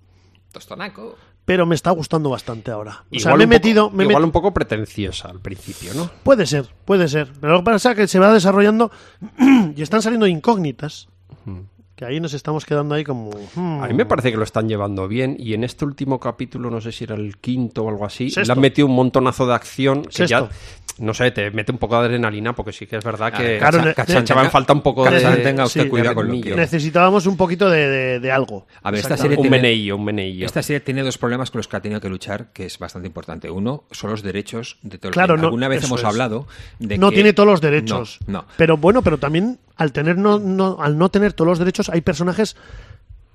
Speaker 3: Tostonaco.
Speaker 1: pero me está gustando bastante ahora. O sea,
Speaker 2: Igual
Speaker 1: me he
Speaker 2: un poco-
Speaker 1: metido... me he
Speaker 2: igual
Speaker 1: met-
Speaker 2: un poco pretenciosa al principio, ¿no?
Speaker 1: Puede ser, puede ser. Pero lo que pasa es que se va desarrollando y están saliendo incógnitas. Que ahí nos estamos quedando ahí como... hmm,
Speaker 2: A mí
Speaker 3: Mm.
Speaker 2: me parece que lo están llevando bien y en este último capítulo, no sé si era el quinto o algo así,
Speaker 1: Sexto.
Speaker 2: le han metido un montonazo de acción que
Speaker 1: Sexto.
Speaker 2: ya, no sé, te mete un poco de adrenalina porque sí que es
Speaker 3: Ah,
Speaker 2: verdad que
Speaker 1: claro, ne-
Speaker 3: eh,
Speaker 2: Cachán,
Speaker 1: ne-
Speaker 2: chaval, falta un poco de...
Speaker 1: Cachán,
Speaker 3: tenga usted
Speaker 1: sí,
Speaker 3: cuidado con lo
Speaker 2: yo.
Speaker 3: que...
Speaker 1: Necesitábamos un poquito de, de- de algo.
Speaker 3: A ver, esta
Speaker 1: Exacto.
Speaker 3: serie
Speaker 2: un
Speaker 3: tiene-
Speaker 2: meneillo, un meneillo.
Speaker 3: Esta serie tiene dos problemas con los que ha tenido que luchar, que es bastante importante. Uno son los derechos de Tolkien.
Speaker 1: Claro, no,
Speaker 3: Alguna vez
Speaker 1: eso
Speaker 3: hemos
Speaker 1: es.
Speaker 3: hablado de
Speaker 1: No
Speaker 3: que-
Speaker 1: tiene todos los derechos.
Speaker 3: No, no.
Speaker 1: Pero bueno, pero también al, tener no, no- al no tener todos los derechos hay personajes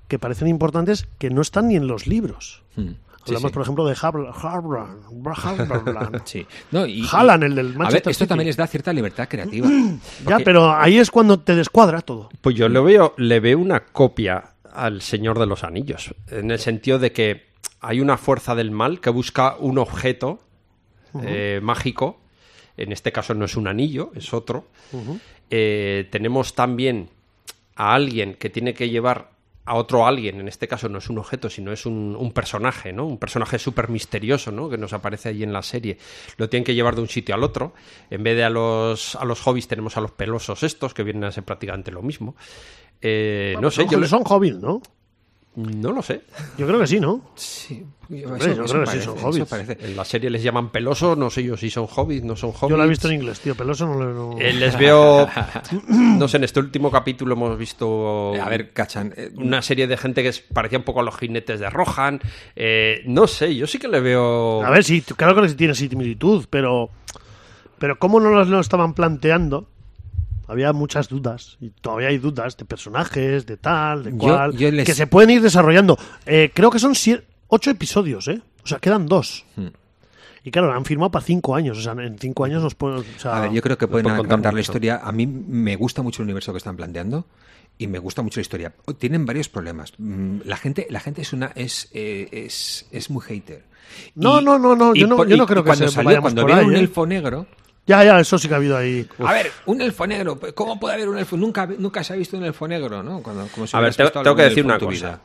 Speaker 1: que parecen importantes que no están ni en los libros.
Speaker 3: Mm, sí,
Speaker 1: Hablamos,
Speaker 3: sí.
Speaker 1: por ejemplo, de Habl- Hablan. Hablan.
Speaker 3: Sí. No, y, y-
Speaker 1: Haaland, el del
Speaker 3: A
Speaker 1: Manchester
Speaker 3: ver, esto
Speaker 1: City.
Speaker 3: también les da cierta libertad creativa.
Speaker 1: Ya,
Speaker 3: Porque-
Speaker 1: pero ahí es cuando te descuadra todo.
Speaker 2: Pues
Speaker 3: Mm.
Speaker 2: yo le veo, le veo una copia al Señor de los Anillos, en el sentido de que hay una fuerza del mal que busca un objeto eh, mágico, en este caso no es un anillo, es otro. Eh, tenemos también a alguien que tiene que llevar a otro alguien, en este caso no es un objeto, sino es un, un personaje, ¿no? Un personaje súper misterioso, ¿no? Que nos aparece ahí en la serie. Lo tienen que llevar de un sitio al otro. En vez de a los, a los hobbies tenemos a los pelosos estos, que vienen a ser prácticamente lo mismo. Eh, no sé,
Speaker 1: son,
Speaker 2: yo le-
Speaker 1: son hobbits, ¿no?
Speaker 2: no lo sé.
Speaker 1: Yo creo que sí, ¿no?
Speaker 3: Sí, eso,
Speaker 1: Hombre, yo
Speaker 3: eso
Speaker 1: creo que sí
Speaker 3: parece,
Speaker 1: son
Speaker 3: eso
Speaker 1: hobbits.
Speaker 3: parece.
Speaker 2: En la serie les llaman pelosos, no sé yo si son hobbies, no son hobbies.
Speaker 1: Yo la he visto en inglés, tío. Peloso no le. no-
Speaker 2: Eh, les veo. No sé, en este último capítulo hemos visto.
Speaker 3: A ver, Cachan, eh,
Speaker 2: Una serie de gente que es- parecía un poco a los jinetes de Rohan. Eh, no sé, yo sí que le veo.
Speaker 1: A ver, sí, t- claro que tiene similitud, pero. Pero como no lo estaban planteando, había muchas dudas. Y todavía hay dudas de personajes, de tal, de
Speaker 3: Yo-
Speaker 1: cual.
Speaker 3: yo les-
Speaker 1: Que se
Speaker 3: Hmm.
Speaker 1: pueden ir desarrollando. Eh, creo que son sie- ocho episodios, ¿eh? O sea, quedan dos. Y claro, la han firmado para cinco años. O sea, en cinco años nos pueden. o sea,
Speaker 3: A ver, yo creo que
Speaker 2: Nos pueden
Speaker 3: pueden
Speaker 2: contar
Speaker 3: contar la
Speaker 2: mucho.
Speaker 3: historia. A mí me gusta mucho el universo que están planteando y me gusta mucho la historia. Oh, Tienen varios problemas. Mm, La gente, la gente es una es eh, es, es muy hater.
Speaker 1: No, no, no, no, yo no-
Speaker 3: por-
Speaker 1: yo no creo que
Speaker 3: cuando
Speaker 1: se
Speaker 3: salió,
Speaker 1: vayamos
Speaker 3: cuando
Speaker 1: por
Speaker 3: vieron
Speaker 1: ahí,
Speaker 3: un
Speaker 1: ¿eh?
Speaker 3: elfo negro.
Speaker 1: Ya, ya, eso sí que ha habido ahí.
Speaker 3: A ver, un elfo negro. pues, ¿Cómo puede haber un elfo? Nunca nunca se ha visto un elfo negro, ¿no? Cuando- como si
Speaker 2: A ver,
Speaker 3: hubieras
Speaker 2: te- tengo,
Speaker 3: visto
Speaker 2: que
Speaker 3: algún
Speaker 2: decir
Speaker 3: elfo
Speaker 2: una
Speaker 3: en tu
Speaker 2: cosa.
Speaker 3: vida.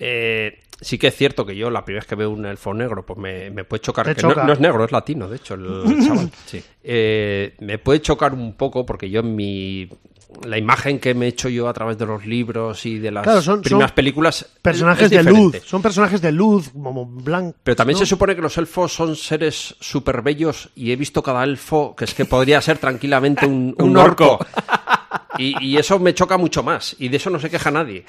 Speaker 2: Eh, sí que es cierto que yo la primera vez que veo un elfo negro, pues me, me puede chocar.
Speaker 1: Te
Speaker 2: que no-
Speaker 1: choca.
Speaker 2: No, es negro, es latino, de hecho, el chaval.
Speaker 3: Sí.
Speaker 2: Eh, me puede chocar un poco porque yo en mi... La imagen que me he hecho yo a través de los libros y de las
Speaker 1: Claro, son-
Speaker 2: primeras
Speaker 1: son
Speaker 2: películas... es-
Speaker 1: Personajes
Speaker 2: es
Speaker 1: de luz.
Speaker 2: diferente.
Speaker 1: Son personajes de luz, como blanco.
Speaker 2: Pero también
Speaker 1: ¿no?
Speaker 2: se supone que los elfos son seres súper bellos y he visto cada elfo que es que podría ser tranquilamente un, un
Speaker 3: Un
Speaker 2: orco.
Speaker 3: orco.
Speaker 2: Y, y eso me choca mucho más. Y de eso no se queja nadie.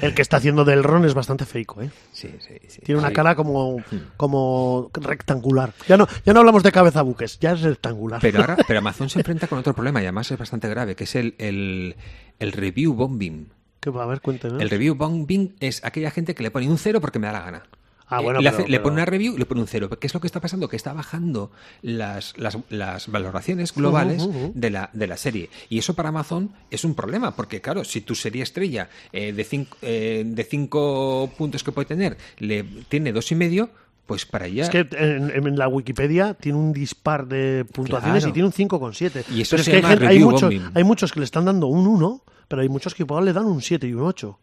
Speaker 1: El que está haciendo del Ron es bastante feico, ¿eh?
Speaker 3: Sí, sí, sí. Hmm.
Speaker 1: Tiene una cara como, como rectangular. Ya no, ya no hablamos de cabeza buques, ya es rectangular.
Speaker 3: Pero ahora, pero Amazon se enfrenta con otro problema y además es bastante grave, que es el, el, el review bombing.
Speaker 1: que, a ver, cuénteme.
Speaker 3: El review bombing es aquella gente que le pone un cero porque me da la gana.
Speaker 1: Ah,
Speaker 3: Eh,
Speaker 1: bueno,
Speaker 3: le,
Speaker 1: pero-
Speaker 3: hace- le
Speaker 1: pero-
Speaker 3: pone una review y le pone un cero. ¿Qué es lo que está pasando? Que está bajando las, las, las valoraciones globales
Speaker 1: Ujú, ujú, ujú.
Speaker 3: De, la, de la serie. Y eso para Amazon es un problema, porque claro, si tu serie estrella eh, de, cinco, eh, de cinco puntos que puede tener le tiene dos y medio, pues para allá...
Speaker 1: Es que en, en la Wikipedia tiene un dispar de puntuaciones
Speaker 3: Claro.
Speaker 1: y tiene un 5,7.
Speaker 3: Y eso
Speaker 1: Pero
Speaker 3: se
Speaker 1: es que hay,
Speaker 3: llama
Speaker 1: gente- hay
Speaker 3: review
Speaker 1: muchos,
Speaker 3: bombing.
Speaker 1: hay muchos que le están dando un 1, pero hay muchos que igual le dan un 7 y un 8.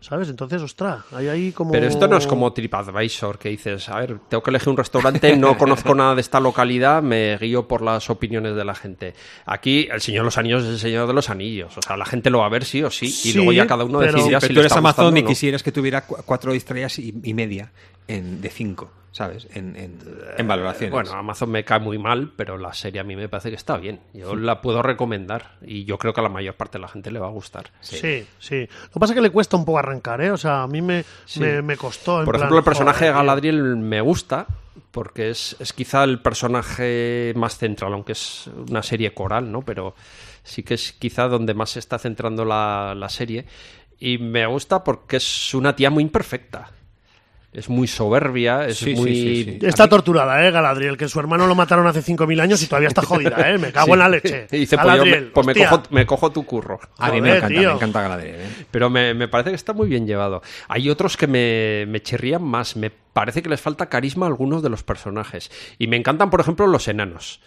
Speaker 1: ¿Sabes? Entonces, ostras, hay ahí como.
Speaker 2: Pero esto no es
Speaker 1: Oh.
Speaker 2: como TripAdvisor que dices, a ver, tengo que elegir un restaurante, no conozco nada de esta localidad, me guío por las opiniones de la gente. Aquí el Señor de los Anillos es el Señor de los Anillos, o sea, la gente lo va a ver sí o sí, y
Speaker 1: Sí,
Speaker 2: luego ya cada uno
Speaker 1: pero-
Speaker 2: decidirá si
Speaker 3: Pero tú
Speaker 2: le
Speaker 3: eres
Speaker 2: está
Speaker 3: Amazon
Speaker 2: gustando o
Speaker 3: y
Speaker 2: no.
Speaker 3: quisieras que tuviera cu- cuatro estrellas y, y media en- de cinco, ¿sabes? En, en-
Speaker 1: Eh,
Speaker 3: en valoraciones.
Speaker 2: Bueno, Amazon me cae muy mal, pero la serie a mí me parece que está bien. Yo la puedo recomendar y yo creo que a la mayor parte de la gente le va a gustar.
Speaker 1: Sí. sí, Lo que pasa es que le cuesta un poco arrancar, ¿eh? O sea, a mí me, me, me costó. en
Speaker 2: Por
Speaker 1: plan,
Speaker 2: ejemplo, el personaje de
Speaker 1: joder,
Speaker 2: Galadriel me gusta porque es, es quizá el personaje más central, aunque es una serie coral, ¿no? Pero sí que es quizá donde más se está centrando la, la serie. Y me gusta porque es una tía muy imperfecta. Es muy soberbia, es
Speaker 3: Sí, sí,
Speaker 2: muy...
Speaker 3: sí, sí.
Speaker 1: Está torturada, ¿eh? Galadriel, que su hermano lo mataron hace 5.000 años y todavía está jodida, ¿eh? Me cago en la leche.
Speaker 2: Y dice, pues, yo me-
Speaker 1: Galadriel,
Speaker 2: pues me,
Speaker 1: hostia.
Speaker 2: cojo, me cojo tu curro.
Speaker 3: a mí me
Speaker 1: joder,
Speaker 3: encanta,
Speaker 1: tío.
Speaker 3: me encanta Galadriel. ¿eh?
Speaker 2: Pero me, me parece que está muy bien llevado. Hay otros que me, me chirrían más. Me parece que les falta carisma a algunos de los personajes. Y me encantan, por ejemplo, los enanos.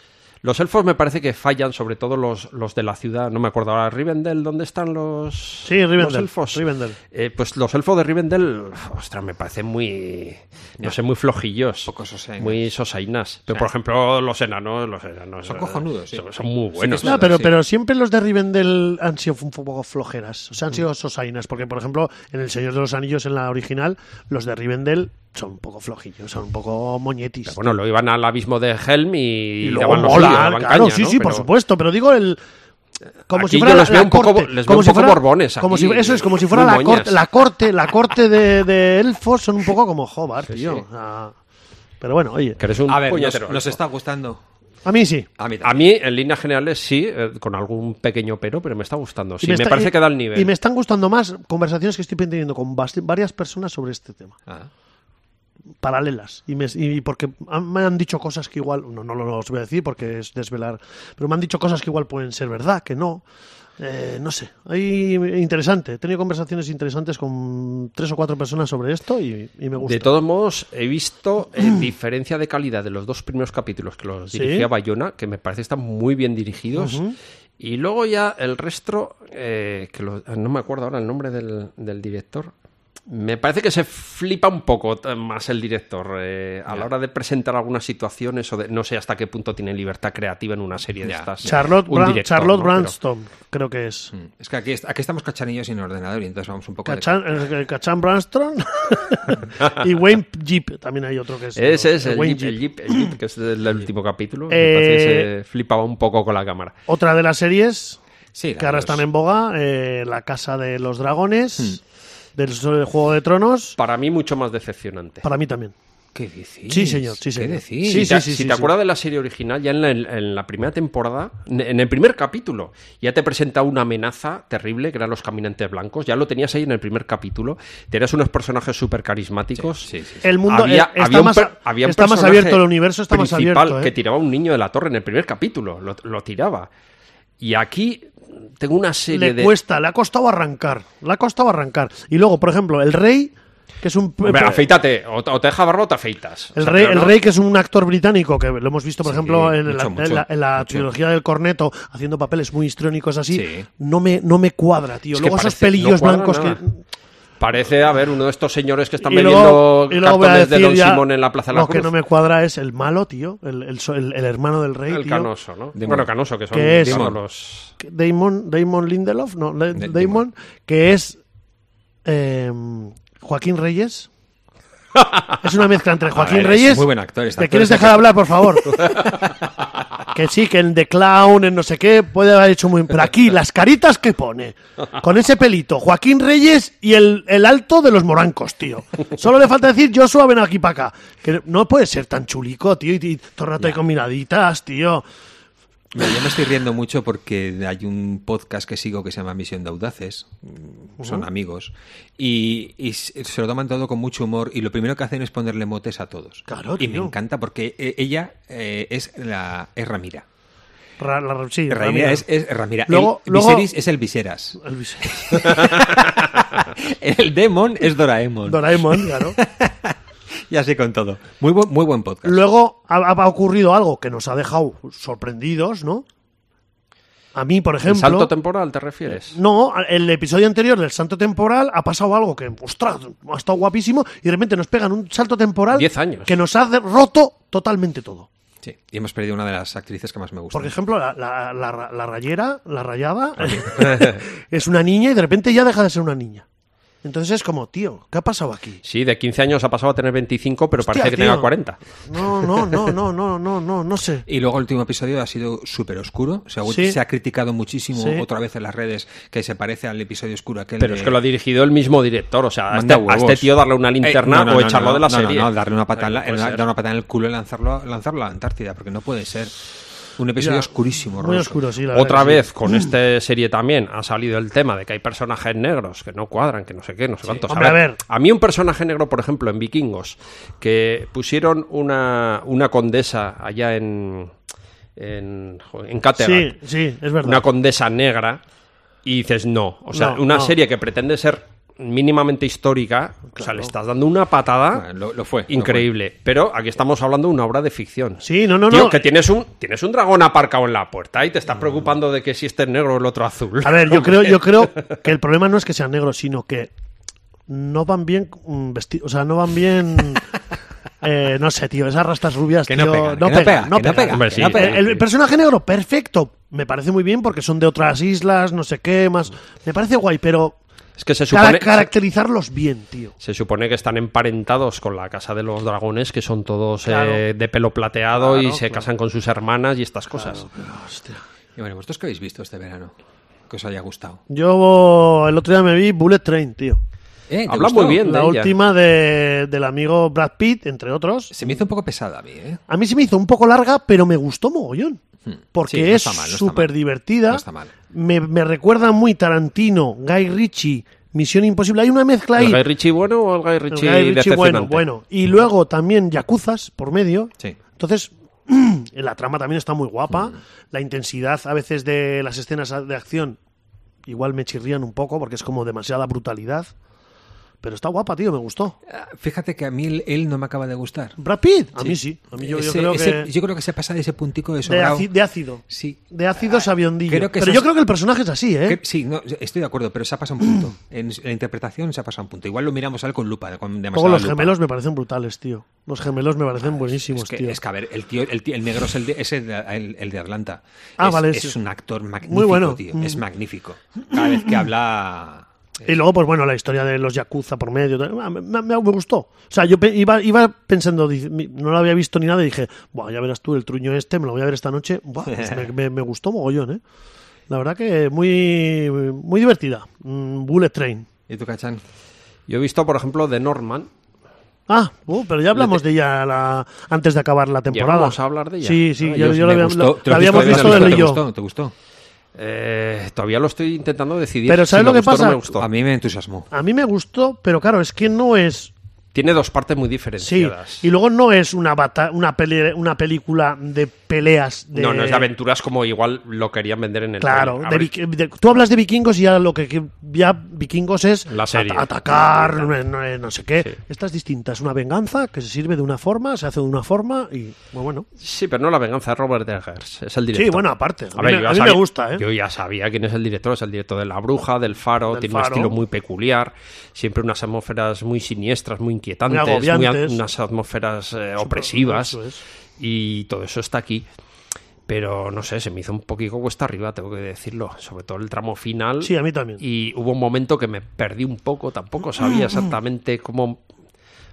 Speaker 2: Los elfos me parece que fallan, sobre todo los, los de la ciudad. No me acuerdo ahora, Rivendell, ¿dónde están los,
Speaker 1: Sí, Rivendell,
Speaker 2: los elfos?
Speaker 1: Rivendell.
Speaker 2: Eh, pues los elfos de Rivendell, ostras, me parecen muy, no sé, muy flojillos.
Speaker 3: Poco sosainas.
Speaker 2: Muy sosainas. Pero, por ejemplo, los enanos, los enanos.
Speaker 3: Son
Speaker 2: eh,
Speaker 3: cojonudos, sí.
Speaker 2: Son, son muy buenos.
Speaker 3: es
Speaker 1: No,
Speaker 3: verdad,
Speaker 1: Ah, pero,
Speaker 3: sí.
Speaker 1: pero siempre los de Rivendell han sido un poco flojeras, o
Speaker 2: Mm.
Speaker 1: sea, han sido sosainas, porque por ejemplo, en El Señor de los Anillos, en la original, los de Rivendell son un poco flojillos, son un poco moñetis.
Speaker 2: Pero Pues bueno, lo iban al abismo de Helm
Speaker 1: y
Speaker 2: y, daban
Speaker 1: luego
Speaker 2: lo
Speaker 1: molan,
Speaker 2: suyo, daban
Speaker 1: claro,
Speaker 2: caña,
Speaker 1: sí,
Speaker 2: ¿no?
Speaker 1: sí, por
Speaker 2: Pero-
Speaker 1: supuesto, pero digo el... Como
Speaker 2: Aquí
Speaker 1: si fuera
Speaker 2: yo
Speaker 1: la-
Speaker 2: les veo
Speaker 1: la
Speaker 2: un poco-
Speaker 1: corte,
Speaker 2: les veo
Speaker 1: como
Speaker 2: un
Speaker 1: si
Speaker 2: poco
Speaker 1: fuera-
Speaker 2: borbones
Speaker 1: como
Speaker 2: aquí,
Speaker 1: si- eso es, como si
Speaker 2: muy
Speaker 1: fuera la
Speaker 2: moñas.
Speaker 1: corte, la corte, la corte de, de elfos son un poco como Hobart, tío.
Speaker 2: sí.
Speaker 1: Ah, pero bueno, oye,
Speaker 2: Que eres un
Speaker 3: A ver,
Speaker 2: puñetero
Speaker 3: nos, nos
Speaker 2: elfo.
Speaker 3: está gustando.
Speaker 1: a mí sí.
Speaker 3: A mí
Speaker 2: A mí, en líneas generales, sí, eh, con algún pequeño pero, pero me está gustando. Sí,
Speaker 1: Y
Speaker 2: me,
Speaker 1: está-
Speaker 2: parece
Speaker 1: y-
Speaker 2: que da el nivel.
Speaker 1: Y me están gustando más conversaciones que estoy teniendo con bast- varias personas sobre este tema.
Speaker 3: Ah.
Speaker 1: paralelas y, me, y porque han- me han dicho cosas que igual no, no lo- os voy a decir porque es desvelar pero me han dicho cosas que igual pueden ser verdad que no Eh, no sé ahí interesante he tenido conversaciones interesantes con tres o cuatro personas sobre esto y, y me gusta
Speaker 2: De todos modos, he visto eh, diferencia de calidad de los dos primeros capítulos que los
Speaker 1: Mm. Sí.
Speaker 2: dirigía Bayona, que me parece que están muy bien dirigidos. Y luego ya el resto, eh, que lo- no me acuerdo ahora el nombre del, del director. Me parece que se flipa un poco t- más el director eh, a la
Speaker 3: Ya.
Speaker 2: hora de presentar algunas situaciones o de, no sé hasta qué punto tiene libertad creativa en una serie de
Speaker 3: Ya.
Speaker 2: estas.
Speaker 1: Charlotte,
Speaker 2: Un
Speaker 1: Bran-
Speaker 2: director,
Speaker 1: Charlotte
Speaker 2: ¿no?
Speaker 1: Branston creo que es
Speaker 3: Mm. Es que aquí, est- aquí estamos cachanillos sin ordenador y entonces vamos un poco... de-
Speaker 1: Cachan, eh, Cachan Branston y Wayne Jeep también hay otro que es
Speaker 2: Pero Ese es el
Speaker 1: Wayne
Speaker 2: Jeep, el Jeep, el Jeep, que es el, del último capítulo.
Speaker 1: Eh,
Speaker 2: Me parece que se flipaba un poco con la cámara.
Speaker 1: otra de las series
Speaker 3: Sí,
Speaker 1: que ahora
Speaker 3: adiós.
Speaker 1: están en boga, eh, La Casa de los
Speaker 2: Hmm.
Speaker 1: Dragones, del eh, Juego de Tronos,
Speaker 2: Para mí, mucho más decepcionante.
Speaker 1: para mí también.
Speaker 3: ¿Qué decís?
Speaker 1: Sí, señor, sí, señor.
Speaker 3: ¿Qué decís?
Speaker 1: Sí,
Speaker 2: si te,
Speaker 1: sí,
Speaker 2: si
Speaker 1: sí,
Speaker 2: te
Speaker 1: sí.
Speaker 2: acuerdas de la serie original, ya en la, en la primera temporada, en el primer capítulo, ya te presenta una amenaza terrible, que eran los caminantes blancos. Ya lo tenías ahí en el primer capítulo. Tenías unos personajes súper carismáticos.
Speaker 3: Sí, sí, sí.
Speaker 1: El mundo
Speaker 2: Había-
Speaker 1: eh, está,
Speaker 2: había un
Speaker 1: más,
Speaker 2: per- había un
Speaker 1: está más
Speaker 2: personaje
Speaker 1: abierto, el universo está más
Speaker 2: principal
Speaker 1: abierto. ¿eh?
Speaker 2: que tiraba un niño de la torre en el primer capítulo. Lo, lo tiraba. Y aquí tengo una serie
Speaker 1: le
Speaker 2: de.
Speaker 1: cuesta, le ha costado arrancar. Le ha costado arrancar. Y luego, por ejemplo, el rey, que es un.
Speaker 2: Hombre, afeítate. O te, o te deja barba o te afeitas. O
Speaker 1: El
Speaker 2: sea,
Speaker 1: rey,
Speaker 2: pero
Speaker 1: el
Speaker 2: no-
Speaker 1: rey, que es un actor británico, que lo hemos visto, por
Speaker 3: Sí,
Speaker 1: ejemplo, en la,
Speaker 3: mucho, mucho,
Speaker 1: en la- en la
Speaker 3: mucho.
Speaker 1: trilogía del corneto, haciendo papeles muy histrónicos así,
Speaker 3: Sí.
Speaker 1: no, me, no me cuadra, tío.
Speaker 2: Es que
Speaker 1: luego esos
Speaker 2: parece- no
Speaker 1: pelillos
Speaker 2: cuadra
Speaker 1: blancos
Speaker 2: nada.
Speaker 1: que...
Speaker 2: Parece, a ver, uno de estos señores que están
Speaker 1: y luego-
Speaker 2: vendiendo
Speaker 1: y luego voy a
Speaker 2: cartones de
Speaker 1: decir
Speaker 2: Don
Speaker 1: ya,
Speaker 2: Simón en la Plaza de la
Speaker 1: Lo
Speaker 2: Cruz.
Speaker 1: que no me cuadra es el malo, tío, el, el so- el- el hermano del rey,
Speaker 2: El
Speaker 1: tío.
Speaker 2: canoso, ¿no?
Speaker 3: Demon.
Speaker 2: Bueno, canoso, que son
Speaker 1: ¿Qué es?
Speaker 2: digamos,
Speaker 3: Demon.
Speaker 2: los...
Speaker 1: que- Damon, Damon Lindelof, no, Le-
Speaker 3: De-
Speaker 1: Damon,
Speaker 3: Damon.
Speaker 1: que es em, Joaquín Reyes. Es una mezcla entre Joaquín
Speaker 3: ver, es
Speaker 1: Reyes.
Speaker 3: muy buen actor, este
Speaker 1: ¿Te
Speaker 3: actor
Speaker 1: quieres
Speaker 3: es de
Speaker 1: dejar
Speaker 3: ca-
Speaker 1: hablar, por favor? que sí, que en The Clown, en no sé qué, puede haber hecho muy bien. Pero aquí, las caritas que pone, con ese pelito, Joaquín Reyes y el, el alto de los morancos, tío. Solo le falta decir, Joshua, ven aquí para acá. Que no puede ser tan chulico, tío, y, y todo el rato hay combinaditas, tío.
Speaker 3: Mira, yo me estoy riendo mucho porque hay un podcast que sigo que se llama Misión de Audaces. Mm, Son amigos. Y, y s- se lo toman todo con mucho humor. Y lo primero que hacen es ponerle motes a todos.
Speaker 1: Claro,
Speaker 3: y me
Speaker 1: tío.
Speaker 3: encanta porque eh, ella eh, es la es Ramira.
Speaker 1: Ra- la- sí,
Speaker 3: Ramira
Speaker 1: Ramira.
Speaker 3: es, es Ramira.
Speaker 1: Luego-
Speaker 3: el
Speaker 1: luego-
Speaker 3: Viserys es el Viseras.
Speaker 1: El bis-
Speaker 3: El Demon es Doraemon.
Speaker 1: Doraemon, claro.
Speaker 3: Y así con todo. Muy buen, muy buen podcast.
Speaker 1: Luego ha, ha ocurrido algo que nos ha dejado sorprendidos, ¿no? A mí, por
Speaker 2: ¿El
Speaker 1: ejemplo.
Speaker 2: salto temporal te refieres?
Speaker 1: No, el episodio anterior del salto temporal ha pasado algo que, ostras, ha estado guapísimo y de repente nos pegan un salto temporal
Speaker 2: Diez años.
Speaker 1: que nos ha de- roto totalmente todo.
Speaker 3: Sí, y hemos perdido una de las actrices que más me gusta.
Speaker 1: Por ejemplo, la, la- la ra- la rayera, la rayada,
Speaker 2: Ah.
Speaker 1: eh, es una niña y de repente ya deja de ser una niña. Entonces es como, tío, ¿qué ha pasado aquí?
Speaker 2: Sí, de 15 años ha pasado a tener 25, pero
Speaker 1: Hostia,
Speaker 2: parece que
Speaker 1: tío.
Speaker 2: tenga 40.
Speaker 1: No, no, no, no, no, no, no, no sé.
Speaker 3: Y luego el último episodio ha sido súper oscuro. Se ha,
Speaker 1: Sí.
Speaker 3: se ha criticado muchísimo
Speaker 1: Sí.
Speaker 3: otra vez en las redes que se parece al episodio oscuro aquel.
Speaker 2: Pero
Speaker 3: de-
Speaker 2: es que lo ha dirigido el mismo director. O sea, a este,
Speaker 3: Manda
Speaker 2: a
Speaker 3: huevos.
Speaker 2: este tío darle una linterna
Speaker 3: Eh, no, no,
Speaker 2: o
Speaker 3: no,
Speaker 2: echarlo
Speaker 3: no,
Speaker 2: de la
Speaker 3: no,
Speaker 2: serie.
Speaker 3: No, no, darle una patada, en la-
Speaker 2: Puede
Speaker 3: en la-
Speaker 2: ser.
Speaker 3: dar una patada en el culo y lanzarlo, lanzarlo a la Antártida, porque no puede ser. Un episodio
Speaker 1: Ya,
Speaker 3: oscurísimo,
Speaker 1: Muy
Speaker 3: horroroso.
Speaker 1: oscuro, sí, la verdad
Speaker 2: Otra
Speaker 1: que sí.
Speaker 2: vez, con esta serie también, ha salido el tema de que hay personajes negros que no cuadran, que no sé qué, no sé cuántos.
Speaker 1: Hombre, a ver.
Speaker 2: a mí un personaje negro, por ejemplo, en Vikingos, que pusieron una, una condesa allá en... En, jo, en Kattegat.
Speaker 1: Sí, sí, es verdad.
Speaker 2: una condesa negra y dices no. O sea,
Speaker 1: No,
Speaker 2: una
Speaker 1: no.
Speaker 2: serie que pretende ser mínimamente histórica, o sea, le estás dando una patada
Speaker 3: Ah, Lo, lo fue. lo
Speaker 2: increíble. Pero aquí estamos hablando de una obra de ficción.
Speaker 1: Sí, no, no,
Speaker 2: Tío,
Speaker 1: no.
Speaker 2: que tienes un, tienes un dragón aparcado en la puerta y te estás preocupando de que si este es negro o el otro azul.
Speaker 1: A ver, yo creo, yo creo que el problema no es que sean negros, sino que no van bien vestidos, o sea, no van bien. eh, no sé, tío, esas rastas rubias,
Speaker 3: Que no
Speaker 1: tío,
Speaker 3: pegan,
Speaker 1: no
Speaker 3: que no
Speaker 1: pegan,
Speaker 3: pegan,
Speaker 1: no
Speaker 3: que no
Speaker 1: pegan.
Speaker 3: pegan.
Speaker 2: Hombre, sí, eh.
Speaker 1: No pegan.
Speaker 2: sí,
Speaker 1: El
Speaker 2: sí.
Speaker 1: personaje negro, perfecto, me parece muy bien porque son de otras islas, no sé qué más, me parece guay, pero
Speaker 2: Es que se
Speaker 1: cara-
Speaker 2: supone,
Speaker 1: caracterizarlos bien, tío.
Speaker 2: se supone que están emparentados con la casa de los dragones, que son todos
Speaker 1: Claro.
Speaker 2: eh, de pelo plateado y
Speaker 1: Claro,
Speaker 2: se
Speaker 1: claro.
Speaker 2: casan con sus hermanas y estas cosas.
Speaker 1: Hostia.
Speaker 3: fue. Y bueno, ¿vosotros qué habéis visto este verano? Que os haya gustado.
Speaker 1: Yo el otro día me vi Bullet Train, tío.
Speaker 3: Eh, ¿te
Speaker 2: Habla
Speaker 3: gustó?
Speaker 2: muy bien de
Speaker 1: La
Speaker 2: ella.
Speaker 1: última de- del amigo Brad Pitt, entre otros.
Speaker 3: Se me hizo un poco pesada a mí, ¿eh?
Speaker 1: A mí se me hizo un poco larga, pero me gustó mogollón. Porque
Speaker 3: Hmm. Sí,
Speaker 1: es
Speaker 3: no está mal, no está
Speaker 1: súper
Speaker 3: mal.
Speaker 1: divertida.
Speaker 3: No está mal.
Speaker 1: Me, me recuerda muy Tarantino, Guy Ritchie, Misión Imposible. Hay una mezcla ahí.
Speaker 2: ¿El Guy Ritchie bueno o el Guy
Speaker 1: El Guy
Speaker 2: Ritchie,
Speaker 1: Ritchie, bueno,
Speaker 2: decepcionante?
Speaker 1: bueno. Y luego también Yakuzas por medio.
Speaker 3: Sí. Hmm.
Speaker 1: Entonces, la trama también está muy guapa. La intensidad a veces de las escenas de acción igual me chirrían un poco porque es como demasiada brutalidad. Pero está guapa, tío, me gustó.
Speaker 3: Ah, Fíjate que a mí él, él no me acaba de gustar.
Speaker 1: Brad Pitt, a mí sí. A mí yo, yo
Speaker 3: Ese-
Speaker 1: creo
Speaker 3: ese-
Speaker 1: que...
Speaker 3: yo creo que se pasa de ese puntico de
Speaker 1: de,
Speaker 3: sobrado.
Speaker 1: aci- de ácido.
Speaker 3: Sí. Ah,
Speaker 1: De ácido sabiondillo.
Speaker 3: creo que
Speaker 1: Pero
Speaker 3: esas-
Speaker 1: yo creo que el personaje es así, ¿eh?
Speaker 3: Que- sí, no, estoy de acuerdo, pero se ha pasado un punto. En la interpretación se ha pasado un punto. Igual lo miramos al con lupa, con
Speaker 1: Luego
Speaker 3: demasiada
Speaker 1: los
Speaker 3: lupa.
Speaker 1: gemelos me parecen brutales, tío. Los gemelos me parecen buenísimos,
Speaker 3: Ah, Es que,
Speaker 1: tío.
Speaker 3: es que, a ver, el, tío, el, tío- el negro es el de, es el, el- el de Atlanta.
Speaker 1: Ah,
Speaker 3: es,
Speaker 1: vale,
Speaker 3: Es
Speaker 1: sí.
Speaker 3: un actor magnífico,
Speaker 1: bueno.
Speaker 3: tío.
Speaker 1: Mm.
Speaker 3: Es magnífico. Cada vez que habla...
Speaker 1: Y luego, pues bueno, la historia de los Yakuza por medio. tal, ah, Me, me- me gustó. O sea, yo pe- iba, iba pensando, dice, mi- no lo había visto ni nada y dije, Buah, ya verás tú el truño este, me lo voy a ver esta noche. Buah, pues me, me- me gustó mogollón, ¿eh? La verdad que muy, muy divertida. Mm, Bullet Train.
Speaker 3: ¿Y tú, Cachan?
Speaker 2: Yo he visto, por ejemplo, The Norman,
Speaker 1: Ah, uh, pero ya hablamos de ella la- antes de acabar la temporada.
Speaker 2: Llegamos a hablar de ella.
Speaker 1: Sí, sí,
Speaker 2: Ah,
Speaker 1: yo,
Speaker 2: Dios,
Speaker 1: yo la,
Speaker 2: me
Speaker 1: había-
Speaker 2: gustó.
Speaker 1: la-
Speaker 2: ¿Te
Speaker 1: la
Speaker 2: lo has
Speaker 1: habíamos
Speaker 2: visto,
Speaker 1: visto
Speaker 2: Elena?
Speaker 1: él
Speaker 3: ¿Te
Speaker 1: y yo.
Speaker 3: gustó? ¿Te gustó?
Speaker 2: Eh, todavía lo estoy intentando decidir.
Speaker 1: Pero
Speaker 2: si
Speaker 1: ¿sabes lo
Speaker 2: me
Speaker 1: que
Speaker 2: gustó o no
Speaker 1: pasa?
Speaker 2: me gustó.
Speaker 3: A mí me entusiasmó.
Speaker 1: A mí me gustó, pero claro, es que no es.
Speaker 2: Tiene dos partes muy
Speaker 1: Sí,
Speaker 2: diferenciadas.
Speaker 1: y luego no es una, bata- una, pele- una película de peleas. De...
Speaker 2: No, no es de aventuras como igual lo querían vender en el.
Speaker 1: Claro,
Speaker 2: trailer.
Speaker 1: de
Speaker 2: Abre-
Speaker 1: vik- de- tú hablas de vikingos y ya lo que que ya vikingos es
Speaker 2: La serie.
Speaker 1: at- atacar, no, eh, no- no sé qué.
Speaker 2: Sí.
Speaker 1: Esta es distinta, es una venganza que se sirve de una forma, se hace de una forma y bueno, bueno.
Speaker 2: Sí, pero no la venganza de Robert Eggers. Es el director.
Speaker 1: Sí, bueno, aparte. A,
Speaker 2: A,
Speaker 1: mí,
Speaker 2: ver, yo
Speaker 1: me-
Speaker 2: ya
Speaker 1: a mí
Speaker 2: sabía-
Speaker 1: me gusta, ¿eh?
Speaker 2: Yo ya sabía quién es el director, es el director de La Bruja, del Faro,
Speaker 1: Del
Speaker 2: tiene
Speaker 1: Faro.
Speaker 2: un estilo muy peculiar, siempre unas atmósferas muy siniestras, muy inquietantes,
Speaker 1: Muy
Speaker 2: a-
Speaker 1: agobiantes.
Speaker 2: unas atmósferas eh, opresivas
Speaker 1: eso es.
Speaker 2: y todo eso está aquí. Pero no sé, se me hizo un poquito cuesta arriba, tengo que decirlo, sobre todo el tramo final.
Speaker 1: Sí, a mí también.
Speaker 2: Y hubo un momento que me perdí un poco, tampoco sabía exactamente cómo...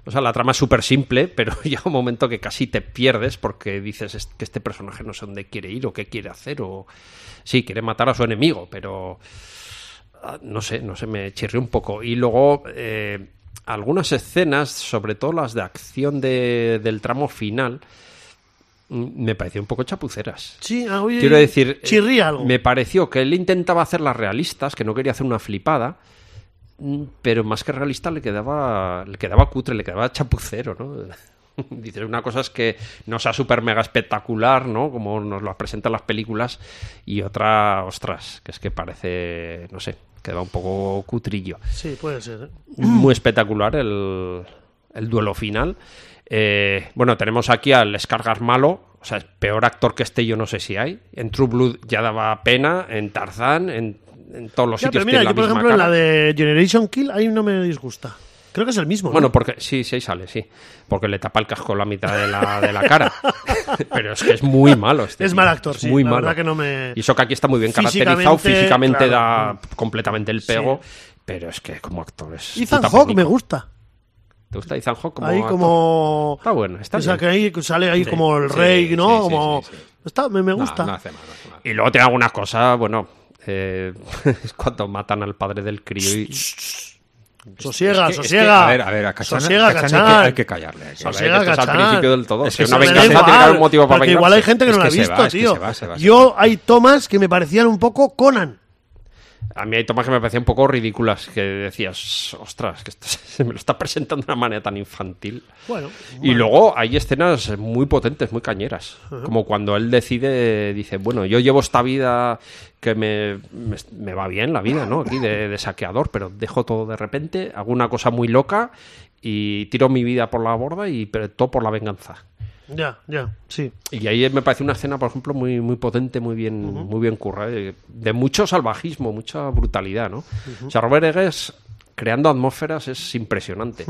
Speaker 2: O sea, la trama es súper simple, pero llega un momento que casi te pierdes porque dices "Es que este personaje no sé dónde quiere ir o qué quiere hacer o... Sí, quiere matar a su enemigo, pero... ah, No sé, no sé, me chirrió un poco. Y luego eh, algunas escenas, sobre todo las de acción de- del tramo final, mm, me pareció un poco chapuceras.
Speaker 1: Sí, ah, oye,
Speaker 2: Quiero decir, eh,
Speaker 1: chirría algo.
Speaker 2: me pareció que él intentaba hacerlas realistas, que no quería hacer una flipada, mm, pero más que realista le quedaba, le quedaba cutre, le quedaba chapucero, ¿no? Dices, una cosa es que no sea súper mega espectacular, ¿no? Como nos lo presentan las películas, y otra, ostras, que es que parece, no sé, queda un poco cutrillo
Speaker 1: Sí, puede ser. ¿eh?
Speaker 2: muy espectacular el, el duelo final. Eh, bueno, tenemos aquí al Scargar malo, o sea, peor actor que este yo no sé si hay. En True Blood ya daba pena, en Tarzán, en, en todos los
Speaker 1: Ya,
Speaker 2: sitios
Speaker 1: pero mira,
Speaker 2: tiene la
Speaker 1: yo por
Speaker 2: misma
Speaker 1: ejemplo en
Speaker 2: cara.
Speaker 1: la de Generation Kill ahí no me disgusta. Creo que es el mismo. ¿no?
Speaker 2: Bueno, porque sí, sí ahí sale, sí, porque le tapa el casco la mitad de la, de la cara. pero es que es muy malo este.
Speaker 1: Es
Speaker 2: tío,
Speaker 1: mal actor,
Speaker 2: es
Speaker 1: sí,
Speaker 2: Muy
Speaker 1: la
Speaker 2: malo.
Speaker 1: verdad que no me-
Speaker 2: Y eso que aquí está muy bien
Speaker 1: Físicamente,
Speaker 2: caracterizado, físicamente
Speaker 1: claro. mm.
Speaker 2: da completamente el pego, pero es que como actor es.
Speaker 1: Ethan
Speaker 2: puta
Speaker 1: Hawke me
Speaker 2: pernico.
Speaker 1: gusta.
Speaker 2: ¿Te gusta Ethan Hawke como
Speaker 1: ahí
Speaker 2: actor?
Speaker 1: como
Speaker 2: Está bueno, está
Speaker 1: o sea,
Speaker 2: bien.
Speaker 1: que ahí sale ahí
Speaker 2: Sí,
Speaker 1: como el
Speaker 2: sí,
Speaker 1: rey,
Speaker 2: sí,
Speaker 1: ¿no?
Speaker 2: sí,
Speaker 1: como
Speaker 2: sí, sí.
Speaker 1: está, me, me
Speaker 3: No,
Speaker 1: gusta.
Speaker 3: no hace mal, no hace mal.
Speaker 2: Y luego tiene algunas cosas, bueno, eh, es cuando matan al padre del crío y...
Speaker 1: Sosiega,
Speaker 2: Es que- es que,
Speaker 1: sosiega.
Speaker 3: A ver, a ver, a Cachán,
Speaker 1: Sosiega,
Speaker 3: Cachán
Speaker 1: Cachán.
Speaker 3: hay, que, hay que callarle. hay que-
Speaker 2: A ver,
Speaker 1: Sosiega,
Speaker 2: esto es al
Speaker 1: Cachán.
Speaker 2: principio del todo. Si
Speaker 1: Eso
Speaker 2: una
Speaker 1: me da
Speaker 2: venganza tiene que
Speaker 1: igual,
Speaker 2: haber un motivo para
Speaker 1: porque igual hay
Speaker 2: vengarse.
Speaker 1: gente que no
Speaker 3: Es
Speaker 1: la ha
Speaker 3: que se
Speaker 1: visto,
Speaker 3: va, es que
Speaker 1: tío.
Speaker 3: se va, se va, se
Speaker 1: Yo hay tomas que me parecían un poco Conan.
Speaker 2: A mí hay tomas que me parecían un poco ridículas, que decías, ostras, que esto se me lo está presentando de una manera tan infantil.
Speaker 1: Bueno,
Speaker 2: Y luego hay escenas muy potentes, muy cañeras. Como cuando él decide, dice, bueno, yo llevo esta vida que me, me- me va bien, la vida, ¿no? Aquí de, de saqueador, pero dejo todo de repente, hago una cosa muy loca y tiro mi vida por la borda y pero todo por la venganza.
Speaker 1: ya, ya, sí.
Speaker 2: Y ahí me parece una escena, por ejemplo, muy, muy potente, muy bien, muy bien currada, de, de mucho salvajismo, mucha brutalidad, ¿no? O sea, Robert Eggers creando atmósferas es impresionante,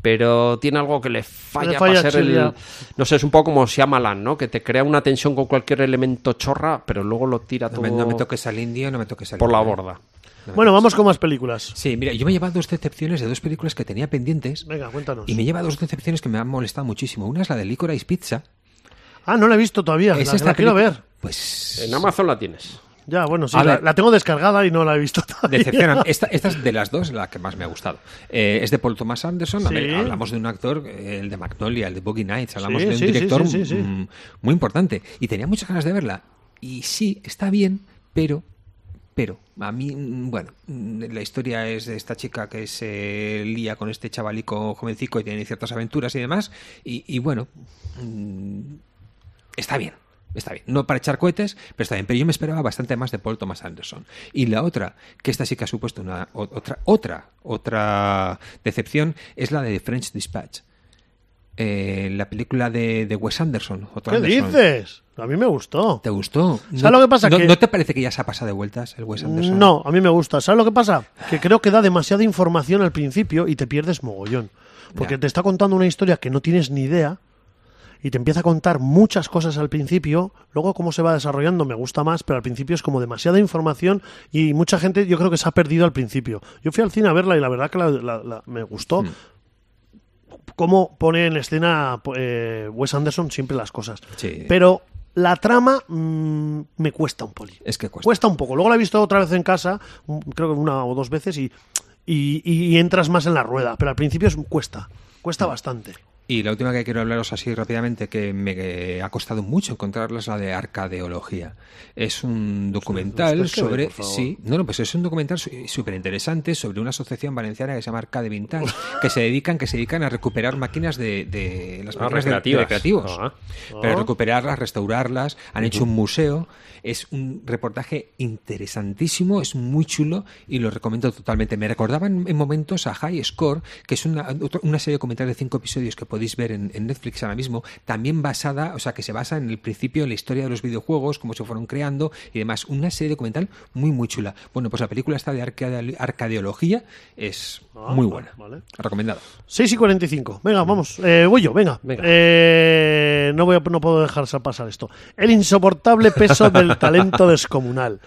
Speaker 2: pero tiene algo que le falla,
Speaker 1: Hmm. Le falla,
Speaker 2: para ser
Speaker 1: sí,
Speaker 2: el...
Speaker 1: ya.
Speaker 2: No sé, es un poco como Shyamalan, ¿no? Que te crea una tensión con cualquier elemento chorra, pero luego lo tira
Speaker 3: No
Speaker 2: todo
Speaker 3: me, no me toques al indio, no me toques al
Speaker 2: por la
Speaker 3: indio.
Speaker 2: borda.
Speaker 1: Bueno, vamos con más películas.
Speaker 3: Sí, mira, yo me he llevado dos decepciones de dos películas que tenía pendientes.
Speaker 1: Venga, cuéntanos.
Speaker 3: Y me lleva dos decepciones que me han molestado muchísimo. Una es la de Licorice Pizza.
Speaker 1: Ah, no la he visto todavía.
Speaker 3: Es
Speaker 1: la,
Speaker 3: esta
Speaker 1: la quiero
Speaker 3: peli-
Speaker 1: ver.
Speaker 3: Pues.
Speaker 2: En Amazon la tienes.
Speaker 1: Ya, bueno, sí,
Speaker 3: A
Speaker 1: la,
Speaker 3: ver.
Speaker 1: la tengo descargada y no la he visto todavía.
Speaker 3: Decepciona. Esta, esta es de las dos la que más me ha gustado. Eh, es de Paul Thomas Anderson. A ver,
Speaker 1: Sí.
Speaker 3: hablamos de un actor, eh, el de Magnolia, el de Boogie Nights. Hablamos
Speaker 1: Sí,
Speaker 3: de un
Speaker 1: sí, sí,
Speaker 3: director
Speaker 1: sí, sí, sí.
Speaker 3: mm, muy importante. Y tenía muchas ganas de verla. Y sí, está bien, pero. Pero a mí, mm, bueno, mm, la historia es de esta chica que se lía con este chavalico jovencico y tiene ciertas aventuras y demás. Y, y bueno, mm, está bien. Está bien, no para echar cohetes, pero está bien. Pero yo me esperaba bastante más de Paul Thomas Anderson. Y la otra, que esta sí que ha supuesto una o- otra otra otra decepción, es la de French Dispatch, Eh, la película de, de Wes Anderson. otro
Speaker 1: ¿Qué
Speaker 3: Anderson.
Speaker 1: dices? A mí me gustó.
Speaker 3: ¿Te gustó?
Speaker 1: ¿Sabes lo que pasa?
Speaker 3: ¿no,
Speaker 1: Que-
Speaker 3: ¿No te parece que ya se ha pasado de vueltas el Wes Anderson?
Speaker 1: No, a mí me gusta. ¿Sabes lo que pasa? Que creo que da demasiada información al principio y te pierdes mogollón. Porque
Speaker 3: Ya.
Speaker 1: te está contando una historia que no tienes ni idea y te empieza a contar muchas cosas al principio. Luego, cómo se va desarrollando me gusta más, pero al principio es como demasiada información y mucha gente yo creo que se ha perdido al principio. Yo fui al cine a verla y la verdad que la- la- la- me
Speaker 3: Hmm.
Speaker 1: gustó. Cómo pone en escena eh, Wes Anderson siempre las cosas.
Speaker 3: Sí.
Speaker 1: Pero la trama mm, me cuesta un poli
Speaker 3: Es que cuesta.
Speaker 1: cuesta un poco. Luego la he visto otra vez en casa, un- creo que una o dos veces, y y, y entras más en la rueda. Pero al principio es, cuesta, cuesta bastante.
Speaker 3: Y la última que quiero hablaros así rápidamente, que me ha costado mucho encontrarla, es la de Arcadeología. Es un documental
Speaker 1: Pues, pues, pues,
Speaker 3: sobre.
Speaker 1: por favor.
Speaker 3: sí, no, no, pues es un documental súper interesante sobre una asociación valenciana que se llama Arcade Vintage, que se dedican, que se dedican a recuperar máquinas de, de las
Speaker 2: Ah,
Speaker 3: máquinas de- de
Speaker 2: recreativas.
Speaker 3: recreativos.
Speaker 2: Ah.
Speaker 3: Pero
Speaker 1: Ah.
Speaker 3: recuperarlas, restaurarlas, han hecho un museo. Es un reportaje interesantísimo, es muy chulo y lo recomiendo totalmente. Me recordaban en momentos a High Score, que es una, otro- una serie documental de cinco episodios que podéis ver en, en Netflix ahora mismo, también basada, o sea, que se basa en el principio, en la historia de los videojuegos, cómo se fueron creando y demás. Una serie documental muy, muy chula. Bueno, pues la película está de arcade- arcadeología, es
Speaker 1: Ah,
Speaker 3: muy
Speaker 1: vale,
Speaker 3: buena.
Speaker 1: vale.
Speaker 3: Recomendada.
Speaker 1: 6 y 45. Venga, vamos. Eh, voy yo, venga.
Speaker 2: Venga.
Speaker 1: Eh, no, voy a- no puedo dejar sal- pasar esto. El insoportable peso del talento descomunal.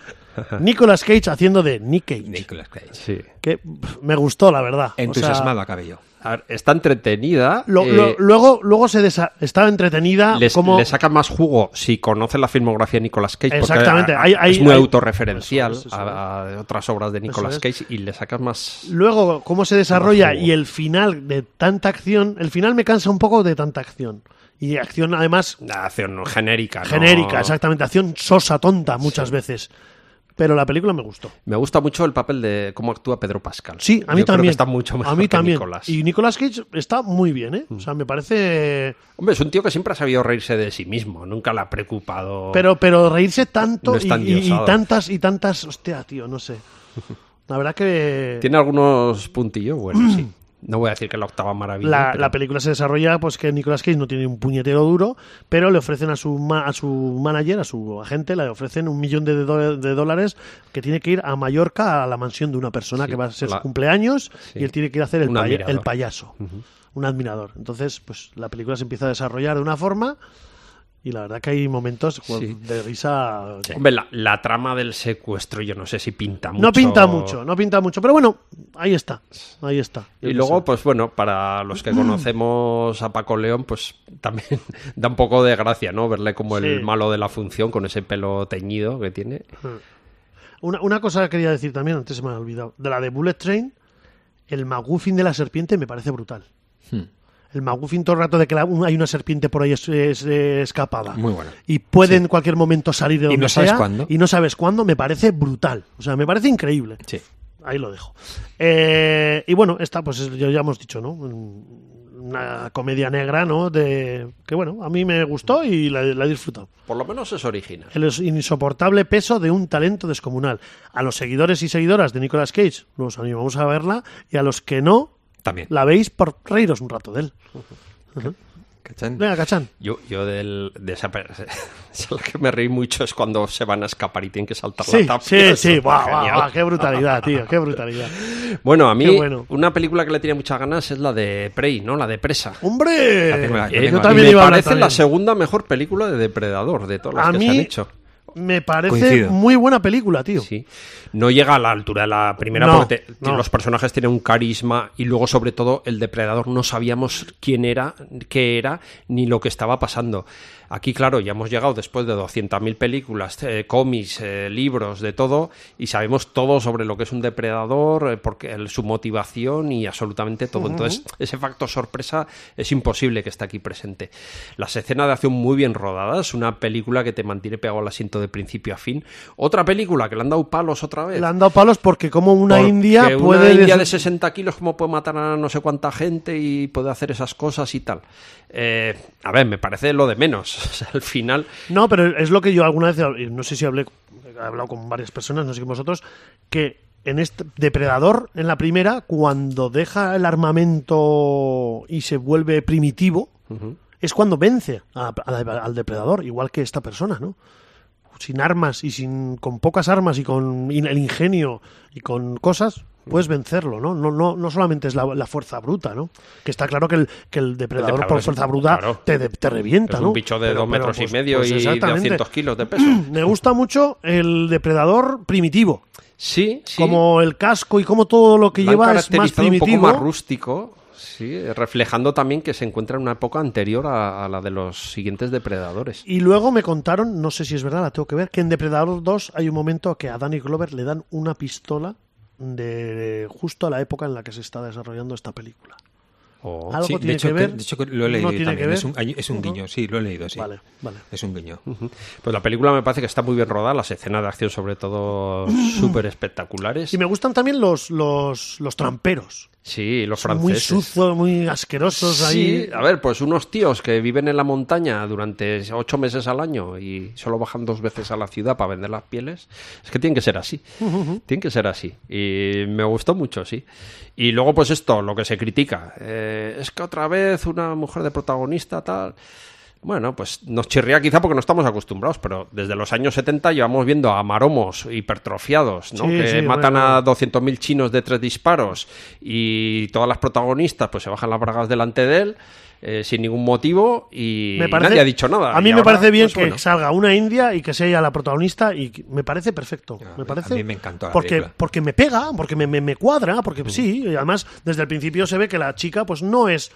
Speaker 1: Nicolas Cage haciendo de Nick Cage.
Speaker 3: Nicolas Cage.
Speaker 2: Sí.
Speaker 1: Que pf, me gustó, la verdad. O sea,
Speaker 3: Entusiasmado acabé yo.
Speaker 2: A ver, está entretenida.
Speaker 1: lo-
Speaker 2: eh,
Speaker 1: lo- luego, luego se desa- estaba entretenida.
Speaker 2: les-
Speaker 1: Ah, como...
Speaker 2: le saca más jugo si conoce la filmografía de Nicolas Cage. porque
Speaker 1: Exactamente,
Speaker 2: a- a-
Speaker 1: hay- hay-
Speaker 2: es muy
Speaker 1: hay-
Speaker 2: autorreferencial
Speaker 1: Eso es, eso
Speaker 2: a, a otras obras de Nicolas
Speaker 1: es.
Speaker 2: Cage y le sacas más.
Speaker 1: Luego, cómo se desarrolla
Speaker 2: Más jugo.
Speaker 1: y el final de tanta acción. El final me cansa un poco de tanta acción. Y acción, además,
Speaker 2: La acción genérica. ¿no?
Speaker 1: genérica, exactamente. Acción sosa, tonta, muchas veces. Pero la película me gustó.
Speaker 2: Me gusta mucho el papel de cómo actúa Pedro Pascal.
Speaker 1: Sí,
Speaker 2: Yo
Speaker 1: a mí
Speaker 2: creo que
Speaker 1: también.
Speaker 2: está mucho mejor
Speaker 1: a mí
Speaker 2: que
Speaker 1: también.
Speaker 2: Nicolas.
Speaker 1: Y Nicolas Cage está muy bien, ¿eh? O sea, me parece.
Speaker 2: Hombre, es un tío que siempre ha sabido reírse de sí mismo. Nunca le ha preocupado.
Speaker 1: Pero, pero reírse tanto
Speaker 2: Oh. No
Speaker 1: y,
Speaker 2: es tan
Speaker 1: y- y
Speaker 2: diosado.
Speaker 1: tantas y tantas. Hostia, tío, no sé. La verdad que.
Speaker 2: Tiene algunos puntillos buenos, sí. No voy a decir que la octava maravilla.
Speaker 1: La,
Speaker 2: pero-
Speaker 1: la película se desarrolla pues que Nicolas Cage no tiene un puñetero duro, pero le ofrecen a su ma- a su manager, a su agente, le ofrecen un millón de, do- de dólares que tiene que ir a Mallorca a la mansión de una persona
Speaker 2: Sí,
Speaker 1: que va a ser
Speaker 2: la-
Speaker 1: su cumpleaños
Speaker 2: sí.
Speaker 1: y él tiene que ir a hacer el,
Speaker 2: Un
Speaker 1: paya-
Speaker 2: admirador.
Speaker 1: el payaso, un admirador. Entonces, pues la película se empieza a desarrollar de una forma y la verdad que hay momentos jo,
Speaker 2: Sí.
Speaker 1: de risa.
Speaker 2: Hombre, la, la trama del secuestro, yo no sé si pinta mucho.
Speaker 1: No pinta mucho, no pinta mucho, pero bueno, ahí está, ahí está. Yo
Speaker 2: Y
Speaker 1: qué
Speaker 2: luego,
Speaker 1: sé.
Speaker 2: pues bueno, para los que conocemos a Paco León, pues también da un poco de gracia, ¿no? Verle como el
Speaker 1: Sí.
Speaker 2: malo de la función con ese pelo teñido que tiene.
Speaker 1: Una, una cosa que quería decir también, antes se me ha olvidado. De la de Bullet Train, el maguffin de la serpiente me parece brutal.
Speaker 3: Hmm.
Speaker 1: El maguffin todo el rato de que la- hay una serpiente por ahí es- es- eh, escapada.
Speaker 3: Muy bueno.
Speaker 1: Y puede en cualquier momento salir de
Speaker 3: Y
Speaker 1: donde
Speaker 3: no sabes
Speaker 1: sea,
Speaker 3: cuándo.
Speaker 1: Y no sabes cuándo, me parece brutal. O sea, me parece increíble.
Speaker 3: Sí.
Speaker 1: Ahí lo dejo. Eh, y bueno, esta, pues es- ya ya hemos dicho, ¿no? Una comedia negra, ¿no? De, que bueno, a mí me gustó y la- la he disfrutado
Speaker 2: Por lo menos es original.
Speaker 1: el es- insoportable peso de un talento descomunal. A los seguidores y seguidoras de Nicolas Cage los animamos a verla y a los que no
Speaker 3: También.
Speaker 1: la veis por reíros un rato de él.
Speaker 3: ¿Cachan?
Speaker 1: Venga, cachán.
Speaker 2: Yo, yo del, de esa, pe- es lo que me reí mucho es cuando se van a escapar y tienen que saltar
Speaker 1: Sí,
Speaker 2: la tapa.
Speaker 1: sí,
Speaker 2: Eso
Speaker 1: sí,
Speaker 2: está
Speaker 1: guau, guau,
Speaker 2: genial.
Speaker 1: guau, qué brutalidad, tío, qué brutalidad.
Speaker 2: Bueno, a mí
Speaker 1: Qué bueno.
Speaker 2: una película que le tenía muchas ganas es la de Prey, ¿no? La de Presa. Eh,
Speaker 3: La tengo, la
Speaker 1: ¡Hombre! eh,
Speaker 3: tengo
Speaker 1: Yo
Speaker 3: aquí.
Speaker 1: también
Speaker 2: me
Speaker 1: iba a hablar
Speaker 2: parece la
Speaker 1: también.
Speaker 2: segunda mejor película de Depredador de todas las
Speaker 1: A
Speaker 2: que
Speaker 1: mí
Speaker 2: se han hecho.
Speaker 1: Me parece
Speaker 3: Coincido.
Speaker 1: muy buena película, tío.
Speaker 2: Sí. No llega a la altura de la primera
Speaker 1: No,
Speaker 2: porque te- te-
Speaker 1: no.
Speaker 2: los personajes tienen un carisma y luego sobre todo el depredador no sabíamos quién era, qué era ni lo que estaba pasando. Aquí claro, ya hemos llegado después de 200.000 películas, eh, cómics, eh, libros, de todo y sabemos todo sobre lo que es un depredador, eh, porque el- su motivación y absolutamente todo. Entonces, ese factor sorpresa es imposible que esté aquí presente. Las escenas de acción muy bien rodadas, una película que te mantiene pegado al asiento de principio a fin. Otra película que le han dado palos otra vez.
Speaker 1: Le han dado palos porque como una
Speaker 2: Porque
Speaker 1: india
Speaker 2: una
Speaker 1: puede...
Speaker 2: india
Speaker 1: des-
Speaker 2: de 60 kilos, ¿cómo puede matar a no sé cuánta gente y puede hacer esas cosas y tal? Eh, a ver, me parece lo de menos. O sea, al final,
Speaker 1: No, pero es lo que yo alguna vez, y no sé si hablé, he hablado con varias personas, no sé con vosotros, que en este depredador, en la primera, cuando deja el armamento y se vuelve primitivo, es cuando vence a- a- al depredador, igual que esta persona, ¿no? Sin armas y sin con pocas armas y con in- el ingenio y con cosas puedes vencerlo, ¿no? No, no, no solamente es la, la fuerza bruta, ¿no? Que está claro que el, que el depredador,
Speaker 2: depredador
Speaker 1: por
Speaker 2: es-
Speaker 1: fuerza bruta
Speaker 2: claro.
Speaker 1: te, de- te revienta,
Speaker 2: es
Speaker 1: ¿no?
Speaker 2: un bicho de
Speaker 1: Pero-
Speaker 2: dos
Speaker 1: pero,
Speaker 2: metros
Speaker 1: pues-
Speaker 2: y medio
Speaker 1: pues
Speaker 2: y de
Speaker 1: exactamente.
Speaker 2: 200 kilos de peso.
Speaker 1: Me gusta mucho el depredador primitivo.
Speaker 2: Sí, sí.
Speaker 1: Como el casco y como todo lo que
Speaker 2: Lo han
Speaker 1: lleva es más
Speaker 2: caracterizado
Speaker 1: primitivo.
Speaker 2: un poco más rústico, sí, reflejando también que se encuentra en una época anterior a, a la de los siguientes depredadores.
Speaker 1: y luego me contaron, no sé si es verdad, la tengo que ver, que en Depredador 2 hay un momento que a Danny Glover le dan una pistola de justo a la época en la que se está desarrollando esta película.
Speaker 2: Oh.
Speaker 1: Algo
Speaker 3: Sí,
Speaker 1: tiene
Speaker 3: de, hecho,
Speaker 1: que ver.
Speaker 3: de hecho, lo he leído
Speaker 1: no tiene
Speaker 3: también.
Speaker 1: que ver.
Speaker 3: Es un, hay- es un guiño, sí, lo he leído, sí.
Speaker 1: Vale, vale.
Speaker 3: Es un guiño.
Speaker 2: Ujú. Pues la película me parece que está muy bien rodada, las escenas de acción sobre todo súper espectaculares.
Speaker 1: Y me gustan también los, los, los tramperos.
Speaker 2: Sí, los
Speaker 1: Son Muy
Speaker 2: franceses.
Speaker 1: sucios, muy asquerosos ahí.
Speaker 2: Sí, a ver, pues unos tíos que viven en la montaña durante ocho meses al año y solo bajan dos veces a la ciudad para vender las pieles, es que tienen que ser así. Tienen que ser así. Y me gustó mucho, sí. Y luego, pues esto, lo que se critica. eh, es que otra vez una mujer de protagonista, tal. Bueno, pues nos chirría quizá porque no estamos acostumbrados, pero desde los años 70 llevamos viendo a maromos hipertrofiados, ¿no?
Speaker 1: Sí,
Speaker 2: que
Speaker 1: sí,
Speaker 2: matan
Speaker 1: bueno.
Speaker 2: a 200.000 chinos de tres disparos y todas las protagonistas pues se bajan las bragas delante de él eh, sin ningún motivo y
Speaker 1: Me parece-
Speaker 2: nadie ha dicho nada.
Speaker 1: A
Speaker 2: Y
Speaker 1: mí me
Speaker 2: ahora,
Speaker 1: parece bien
Speaker 2: pues,
Speaker 1: que
Speaker 2: bueno,
Speaker 1: salga una india y que sea ella la protagonista y que- me parece perfecto.
Speaker 3: A mí-
Speaker 1: Me
Speaker 3: a
Speaker 1: parece,
Speaker 3: mí me encantó la
Speaker 1: porque,
Speaker 3: película.
Speaker 1: porque me pega, porque me, me- me cuadra, porque sí. Y además, desde el principio se ve que la chica pues no es...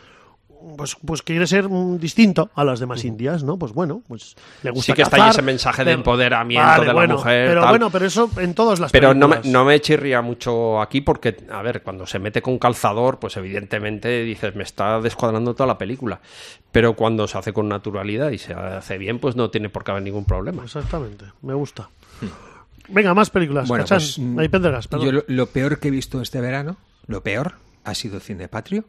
Speaker 1: Pues, pues quiere ser mm, distinto a las demás indias, ¿no? Pues bueno, pues le gusta
Speaker 2: Sí que está ahí
Speaker 1: cazar,
Speaker 2: ese mensaje de
Speaker 1: le-
Speaker 2: empoderamiento de la
Speaker 1: bueno,
Speaker 2: mujer,
Speaker 1: Pero
Speaker 2: tal.
Speaker 1: bueno, pero eso en todas las
Speaker 2: Pero no me,
Speaker 1: películas.
Speaker 2: no me chirría mucho aquí porque, a ver, cuando se mete con calzador, pues evidentemente dices, me está descuadrando toda la película. Pero cuando se hace con naturalidad y se hace bien, pues no Hmm. tiene por qué haber ningún problema.
Speaker 1: Exactamente, me gusta. Venga, más películas.
Speaker 3: Bueno,
Speaker 1: Cachán.
Speaker 3: pues, mm,
Speaker 1: Ahí, Pendergast, perdón.
Speaker 3: yo lo, lo peor que he visto este verano, lo peor, ha sido Cine Patrio.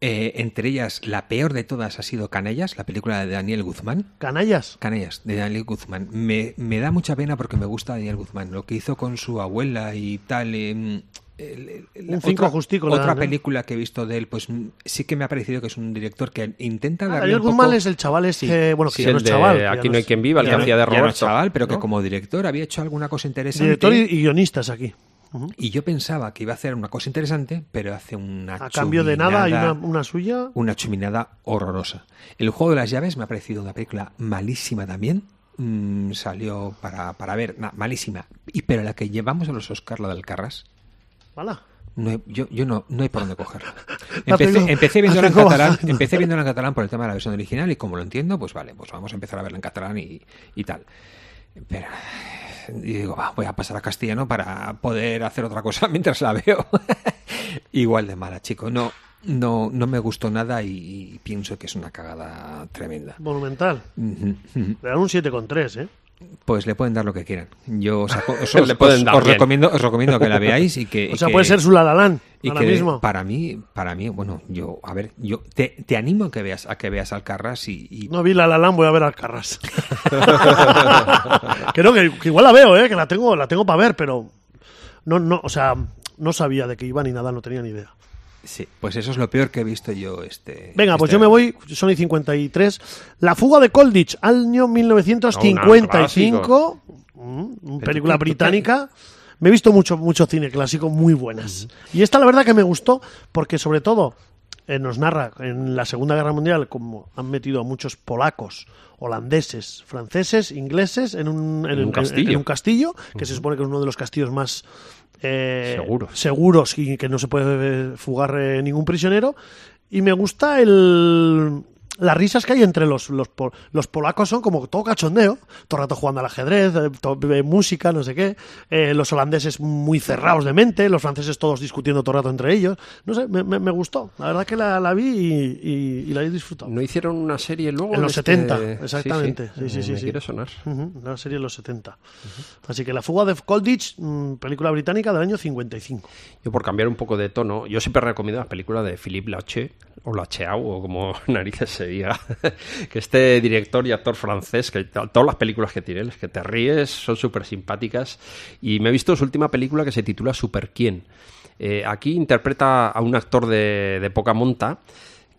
Speaker 3: Eh, entre ellas, la peor de todas ha sido Canellas, la película de Daniel Guzmán.
Speaker 1: Canallas.
Speaker 3: Canellas, de Daniel Guzmán. Me, me da mucha pena porque me gusta Daniel Guzmán. Lo que hizo con su abuela y tal. eh, mm, el- el- el-
Speaker 1: Un cinco justico le
Speaker 3: Otra
Speaker 1: dan, ¿eh?
Speaker 3: película que he visto de él, pues mm, sí que me ha parecido que es un director que intenta darle.
Speaker 1: Ah, Daniel
Speaker 3: un poco-
Speaker 1: Guzmán es el chaval este, bueno, que
Speaker 2: Sí,
Speaker 1: ya no
Speaker 2: el
Speaker 1: es
Speaker 2: de
Speaker 1: chaval. que ya
Speaker 2: Aquí no
Speaker 1: es-
Speaker 2: hay quien viva, el
Speaker 1: ya
Speaker 2: que
Speaker 1: no-
Speaker 2: hacía de
Speaker 3: ya no es
Speaker 2: Roberto.
Speaker 3: chaval, pero que
Speaker 2: ¿no?
Speaker 3: como director había hecho alguna cosa interesante.
Speaker 1: Director y y guionistas aquí. Ujú.
Speaker 3: Y yo pensaba que iba a hacer una cosa interesante, pero hace una
Speaker 1: A cambio de nada hay una,
Speaker 3: chuminada-
Speaker 1: una suya.
Speaker 3: una chuminada horrorosa. El juego de las llaves me ha parecido una película malísima también. Mm, salió para, para ver, na- malísima. Y pero la que llevamos a los Oscar, la de Alcarrás,
Speaker 1: Mala.
Speaker 3: no he- yo, yo no, no hay por dónde cogerla.
Speaker 1: La
Speaker 3: Empecé,
Speaker 1: tengo-
Speaker 3: empecé viéndola
Speaker 1: la
Speaker 3: en
Speaker 1: tengo
Speaker 3: catalán,
Speaker 1: bajando.
Speaker 3: empecé viéndola en catalán por el tema de la versión original y como lo entiendo, pues vale, pues vamos a empezar a verla en catalán y, y tal. Pero y digo, va, voy a pasar a castellano para poder hacer otra cosa mientras la veo. Igual de mala, chico. No, no, no me gustó nada y, y pienso que es una cagada tremenda.
Speaker 1: Monumental.
Speaker 3: Ujú, ujú.
Speaker 1: Le dan un 7,3, ¿eh?
Speaker 3: Pues le pueden dar lo que quieran. Yo os, aco- os-
Speaker 2: Le
Speaker 3: os-
Speaker 2: pueden
Speaker 3: os-
Speaker 2: dar
Speaker 3: os
Speaker 2: bien.
Speaker 3: recomiendo, os recomiendo que la veáis y que.
Speaker 1: O
Speaker 3: y
Speaker 1: sea,
Speaker 3: que-
Speaker 1: puede ser su Lalalán
Speaker 3: y
Speaker 1: ahora
Speaker 3: que
Speaker 1: mismo.
Speaker 3: para mí, para mí, bueno, yo, a ver, yo te, te animo a que veas a que veas Alcarrás y, y-
Speaker 1: No vi Lalalán, voy a ver Alcarras. Creo que, que igual la veo, ¿eh? Que la tengo, la tengo para ver, pero. No, no, o sea, no sabía de qué iba ni nada, no tenía ni idea.
Speaker 3: sí, pues eso es lo peor que he visto yo este.
Speaker 1: Venga, pues
Speaker 3: este
Speaker 1: yo me voy, Sony 53. La fuga de Colditch, año 1955. Mm, película británica. Me he visto mucho, mucho cine clásico, muy buenas. Y esta la verdad que me gustó, porque sobre todo eh, nos narra en la Segunda Guerra Mundial como han metido a muchos polacos, holandeses, franceses, ingleses en un, en- en- en- en un castillo,
Speaker 2: castillo.
Speaker 1: que se supone que es uno de los castillos más... eh,
Speaker 2: Seguros.
Speaker 1: seguros y que no se puede fugar eh, ningún prisionero. Y me gusta el las risas que hay entre los, los, pol- los polacos son como todo cachondeo, todo el rato jugando al ajedrez, eh, to- eh, música, no sé qué, Eh, los holandeses muy cerrados de mente, los franceses todos discutiendo todo el rato entre ellos, no sé, me, me- me gustó, la verdad que la, la vi y, y- y la he disfrutado.
Speaker 2: ¿No hicieron una serie luego?
Speaker 1: En los
Speaker 2: este-
Speaker 1: 70, exactamente.
Speaker 2: Sí,
Speaker 1: Sí, sí,
Speaker 2: sí,
Speaker 1: sí,
Speaker 2: me
Speaker 1: sí.
Speaker 2: quiere sonar.
Speaker 1: Ujú, una serie de los 70. Así que La fuga de Colditch, mm, película británica del año 55.
Speaker 2: Yo por cambiar un poco de tono, yo siempre recomiendo las películas de Philippe Lache, o Lacheau, o como narices se diga, que este director y actor francés, que to- todas las películas que tiene, las que te ríes, son súper simpáticas, y me he visto su última película que se titula Super Quién. Eh, aquí interpreta a un actor de, de poca monta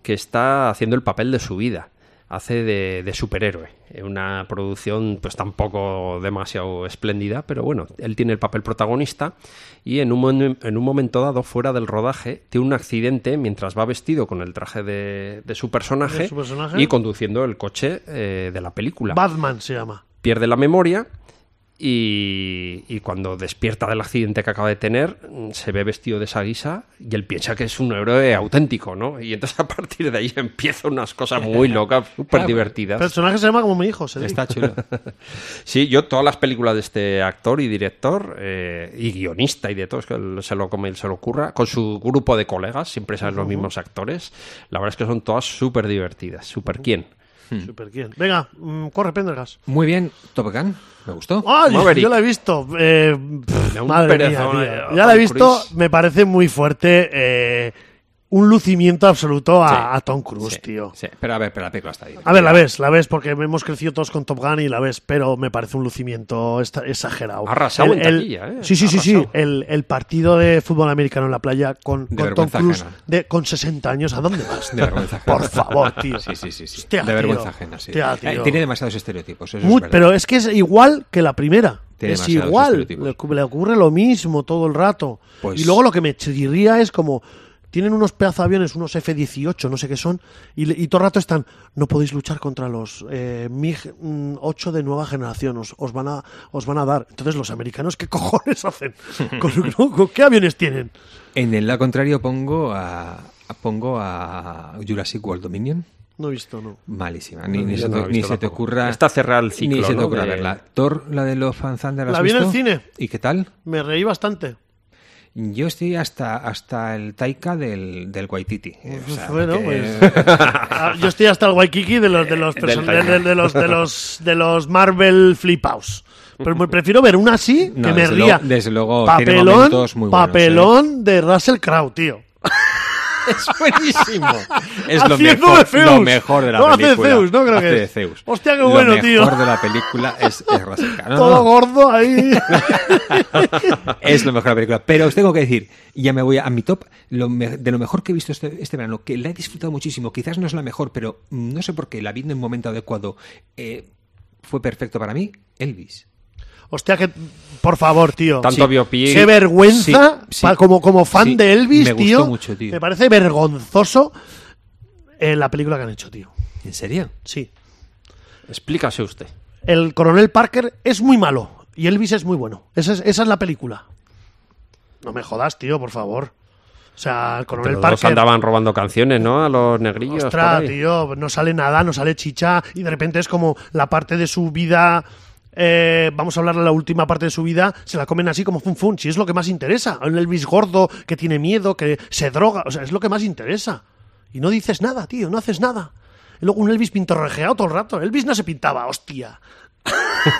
Speaker 2: que está haciendo el papel de su vida. Hace de, de superhéroe. Eh, Una producción, pues tampoco demasiado espléndida, pero bueno, él tiene el papel protagonista y en un, mon- en un momento dado, fuera del rodaje, tiene un accidente mientras va vestido con el traje de, de su, personaje
Speaker 1: ¿De su personaje?
Speaker 2: y conduciendo el coche eh, de la película
Speaker 1: Batman se llama.
Speaker 2: pierde la memoria Y, y cuando despierta del accidente que acaba de tener, mm, se ve vestido de esa guisa y él piensa que es un héroe auténtico, ¿no? Y entonces a partir de ahí empiezan unas cosas muy locas, súper
Speaker 1: El
Speaker 2: divertidas.
Speaker 1: personaje se llama como mi hijo, Cedric.
Speaker 3: Está chulo.
Speaker 2: Sí, yo todas las películas de este actor y director eh, y guionista y de todos, que él se lo come y se lo ocurra, con su grupo de colegas, siempre salen los mismos actores, la verdad es que son todas súper divertidas. ¿Súper quién?
Speaker 3: Hmm.
Speaker 1: Super quién. Venga, mm, corre, Pendergas.
Speaker 3: Muy bien, Top Gun, me gustó.
Speaker 1: ¡Ay!
Speaker 2: Maverick.
Speaker 1: Yo la he visto. Eh, pff,
Speaker 2: Da un
Speaker 1: madre mía,
Speaker 2: perezón,
Speaker 1: tío.
Speaker 2: eh,
Speaker 1: Ya la he
Speaker 2: Tom
Speaker 1: visto,
Speaker 2: Cruise.
Speaker 1: me parece muy fuerte. eh, un lucimiento absoluto a,
Speaker 2: Sí.
Speaker 1: a Tom Cruise,
Speaker 3: Sí,
Speaker 1: tío.
Speaker 3: sí, pero a ver, pero la película está bien.
Speaker 1: A ver, la ves, la ves, porque hemos crecido todos con Top Gun y la ves, pero me parece un lucimiento esta- exagerado.
Speaker 2: Ha arrasado
Speaker 1: El-
Speaker 2: en
Speaker 1: el-
Speaker 2: taquilla, ¿eh?
Speaker 1: Sí, sí,
Speaker 2: Ha
Speaker 1: sí, sí.
Speaker 2: arrasado.
Speaker 1: El, el partido de fútbol americano en la playa con, con Tom
Speaker 3: vergüenza
Speaker 1: Cruise
Speaker 3: ajena.
Speaker 1: de, con 60 años, ¿a dónde vas?
Speaker 3: De vergüenza ajena.
Speaker 1: Por favor, tío.
Speaker 3: Sí, sí, sí. sí.
Speaker 1: Hostia,
Speaker 3: de vergüenza
Speaker 1: tío.
Speaker 3: ajena, sí.
Speaker 1: Hostia,
Speaker 3: Eh,
Speaker 1: tío.
Speaker 3: tiene demasiados estereotipos, eso
Speaker 1: Muy-
Speaker 3: es verdad.
Speaker 1: pero es que es igual que la primera.
Speaker 3: Tiene
Speaker 1: es
Speaker 3: demasiados
Speaker 1: igual. Le,
Speaker 3: estereotipos.
Speaker 1: ocu- le ocurre lo mismo todo el rato.
Speaker 3: Pues-
Speaker 1: Y luego lo que me chirría es como. Tienen unos pedazos aviones, unos F-18, no sé qué son, y, le- y todo el rato están. No podéis luchar contra los eh, MiG-8 de nueva generación, os, os van a, os van a dar. Entonces, los americanos, ¿qué cojones hacen? ¿Con, no? ¿Con qué aviones tienen?
Speaker 3: En el lado contrario pongo a, a- pongo a Jurassic World Dominion.
Speaker 1: No he visto, no.
Speaker 3: Malísima, ni,
Speaker 2: No,
Speaker 3: ni
Speaker 2: yo
Speaker 3: se,
Speaker 2: no
Speaker 3: te-
Speaker 2: la he
Speaker 3: ni
Speaker 2: visto
Speaker 3: se te
Speaker 2: tampoco.
Speaker 3: ocurra.
Speaker 2: Está cerrada el ciclo,
Speaker 3: Ni se te
Speaker 2: ¿no?
Speaker 3: ocurra
Speaker 2: de-
Speaker 3: verla. Thor, la de los fans de
Speaker 1: La vi en el cine.
Speaker 3: ¿Y qué tal?
Speaker 1: Me reí bastante.
Speaker 3: Yo estoy hasta, hasta el Taika del, del Waititi. eh, o sea,
Speaker 1: Bueno,
Speaker 3: que-
Speaker 1: pues. Ah, Yo estoy hasta el Waikiki de los de los
Speaker 2: Del
Speaker 1: person- de,
Speaker 2: Taika.
Speaker 1: de- de los de los de los Marvel flipaos. Pero me prefiero ver una así que
Speaker 3: No,
Speaker 1: me
Speaker 3: desde
Speaker 1: ría.
Speaker 3: luego- desde luego, tiene
Speaker 1: papelón,
Speaker 3: momentos muy buenos, ¿eh?
Speaker 1: papelón de Russell Crowe, tío.
Speaker 3: Es buenísimo. Es
Speaker 1: Haciendo
Speaker 3: lo mejor,
Speaker 1: de Zeus.
Speaker 3: lo mejor de la
Speaker 1: No hace de
Speaker 3: película.
Speaker 1: Zeus, ¿no? Creo
Speaker 3: Hace
Speaker 1: que
Speaker 3: de
Speaker 1: es.
Speaker 3: Zeus.
Speaker 1: Hostia, qué
Speaker 3: Lo
Speaker 1: bueno, tío.
Speaker 3: mejor de la película es, es Russell Crowe. No,
Speaker 1: Todo
Speaker 3: no,
Speaker 1: gordo ahí.
Speaker 3: es lo mejor de la película. Pero os tengo que decir, ya me voy a, a mi top, lo me- de lo mejor que he visto este, este verano, que la he disfrutado muchísimo. Quizás no es la mejor, pero mm, no sé por qué la vi en un momento adecuado. Eh, fue perfecto para mí. Elvis.
Speaker 1: Hostia, que por favor, tío.
Speaker 2: Tanto biopic.
Speaker 1: Qué vergüenza
Speaker 3: Sí, sí.
Speaker 1: pa- como como fan
Speaker 3: Sí,
Speaker 1: de Elvis,
Speaker 3: me gustó
Speaker 1: tío.
Speaker 3: mucho, tío.
Speaker 1: Me parece vergonzoso eh, la película que han hecho, tío.
Speaker 3: ¿En serio?
Speaker 1: Sí.
Speaker 2: Explícase usted.
Speaker 1: el coronel Parker es muy malo y Elvis es muy bueno. Esa es, esa es la película. No me jodas, tío, por favor. O sea, el
Speaker 2: Pero
Speaker 1: coronel
Speaker 2: los dos
Speaker 1: Parker.
Speaker 2: andaban robando canciones, ¿no? A los negrillos.
Speaker 1: Ostras,
Speaker 2: por ahí.
Speaker 1: tío, no sale nada, no sale chicha y de repente es como la parte de su vida. eh, vamos a hablar de la última parte de su vida. Se la comen así como fun fun. Si es lo que más interesa. Un Elvis gordo que tiene miedo, que se droga. O sea, es lo que más interesa. Y no dices nada, tío, no haces nada. Y luego un Elvis pintorrejeado todo el rato. Elvis no se pintaba, hostia.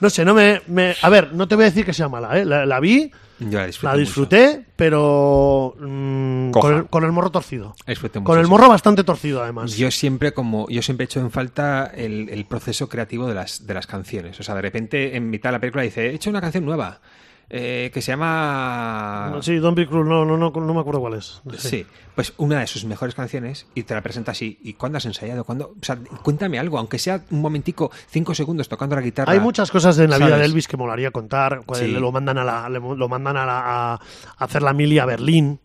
Speaker 1: no sé, no me, me- A ver, no te voy a decir que sea mala, ¿eh? La, la vi,
Speaker 3: Yo la disfruté.
Speaker 1: la disfruté, pero. mm,
Speaker 2: Coja.
Speaker 1: con, el, con el morro torcido.
Speaker 3: La disfruté
Speaker 1: Con el
Speaker 3: muchísimo.
Speaker 1: morro bastante torcido, además.
Speaker 3: Yo siempre como yo siempre echo en falta el, el proceso creativo de las de las canciones. O sea, de repente en mitad de la película dice he hecho una canción nueva eh, que se llama
Speaker 1: No, Sí, Don Be Cruel, no, no, no, no me acuerdo cuál es.
Speaker 3: ah. sí. pues una de sus mejores canciones y te la presenta así. ¿Y cuándo has ensayado? ¿Cuándo? O sea, cuéntame algo, aunque sea un momentico, cinco segundos tocando la guitarra.
Speaker 1: Hay muchas cosas en la vida
Speaker 3: ¿Sabes?
Speaker 1: de Elvis que molaría contar. cuando
Speaker 3: Sí.
Speaker 1: le Lo mandan a la, le mo- lo mandan a, la- a hacer la mili a Berlín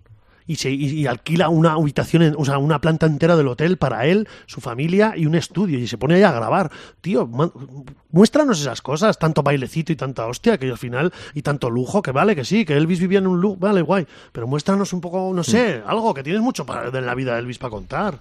Speaker 1: y, se, y, y alquila una habitación, en- o sea, una planta entera del hotel para él, su familia y un estudio y se pone ahí a grabar. Tío, man- muéstranos esas cosas, tanto bailecito y tanta hostia que al final y tanto lujo que vale que sí, que Elvis vivía en un look, vale guay, pero muéstranos un poco,
Speaker 3: Mm.
Speaker 1: no sé, algo que tienes mucho para, en la vida de Elvis para contar.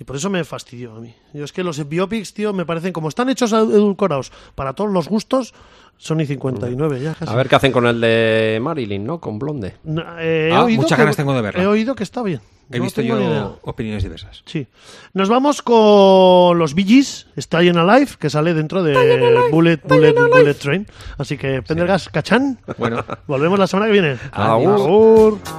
Speaker 1: Y por eso me fastidió a mí. Yo es que los biopics, tío, me parecen como están hechos edulcorados para todos los gustos, son y 59 ya casi.
Speaker 2: A ver qué hacen con el de Marilyn, ¿no? Con Blonde.
Speaker 1: No, eh, he
Speaker 3: Ah,
Speaker 1: oído
Speaker 3: muchas
Speaker 1: que-
Speaker 3: ganas tengo de verla.
Speaker 1: He oído que está bien.
Speaker 3: He
Speaker 1: No
Speaker 3: visto
Speaker 1: tengo ni idea.
Speaker 3: yo opiniones diversas.
Speaker 1: Sí. Nos vamos con los Bee Gees, Stay in Alive, que sale dentro de Bullet, Bullet, Bullet Train. Así que, Pendergas, cachán.
Speaker 3: Bueno.
Speaker 1: Volvemos la semana que viene.
Speaker 2: Agur.
Speaker 1: Agur.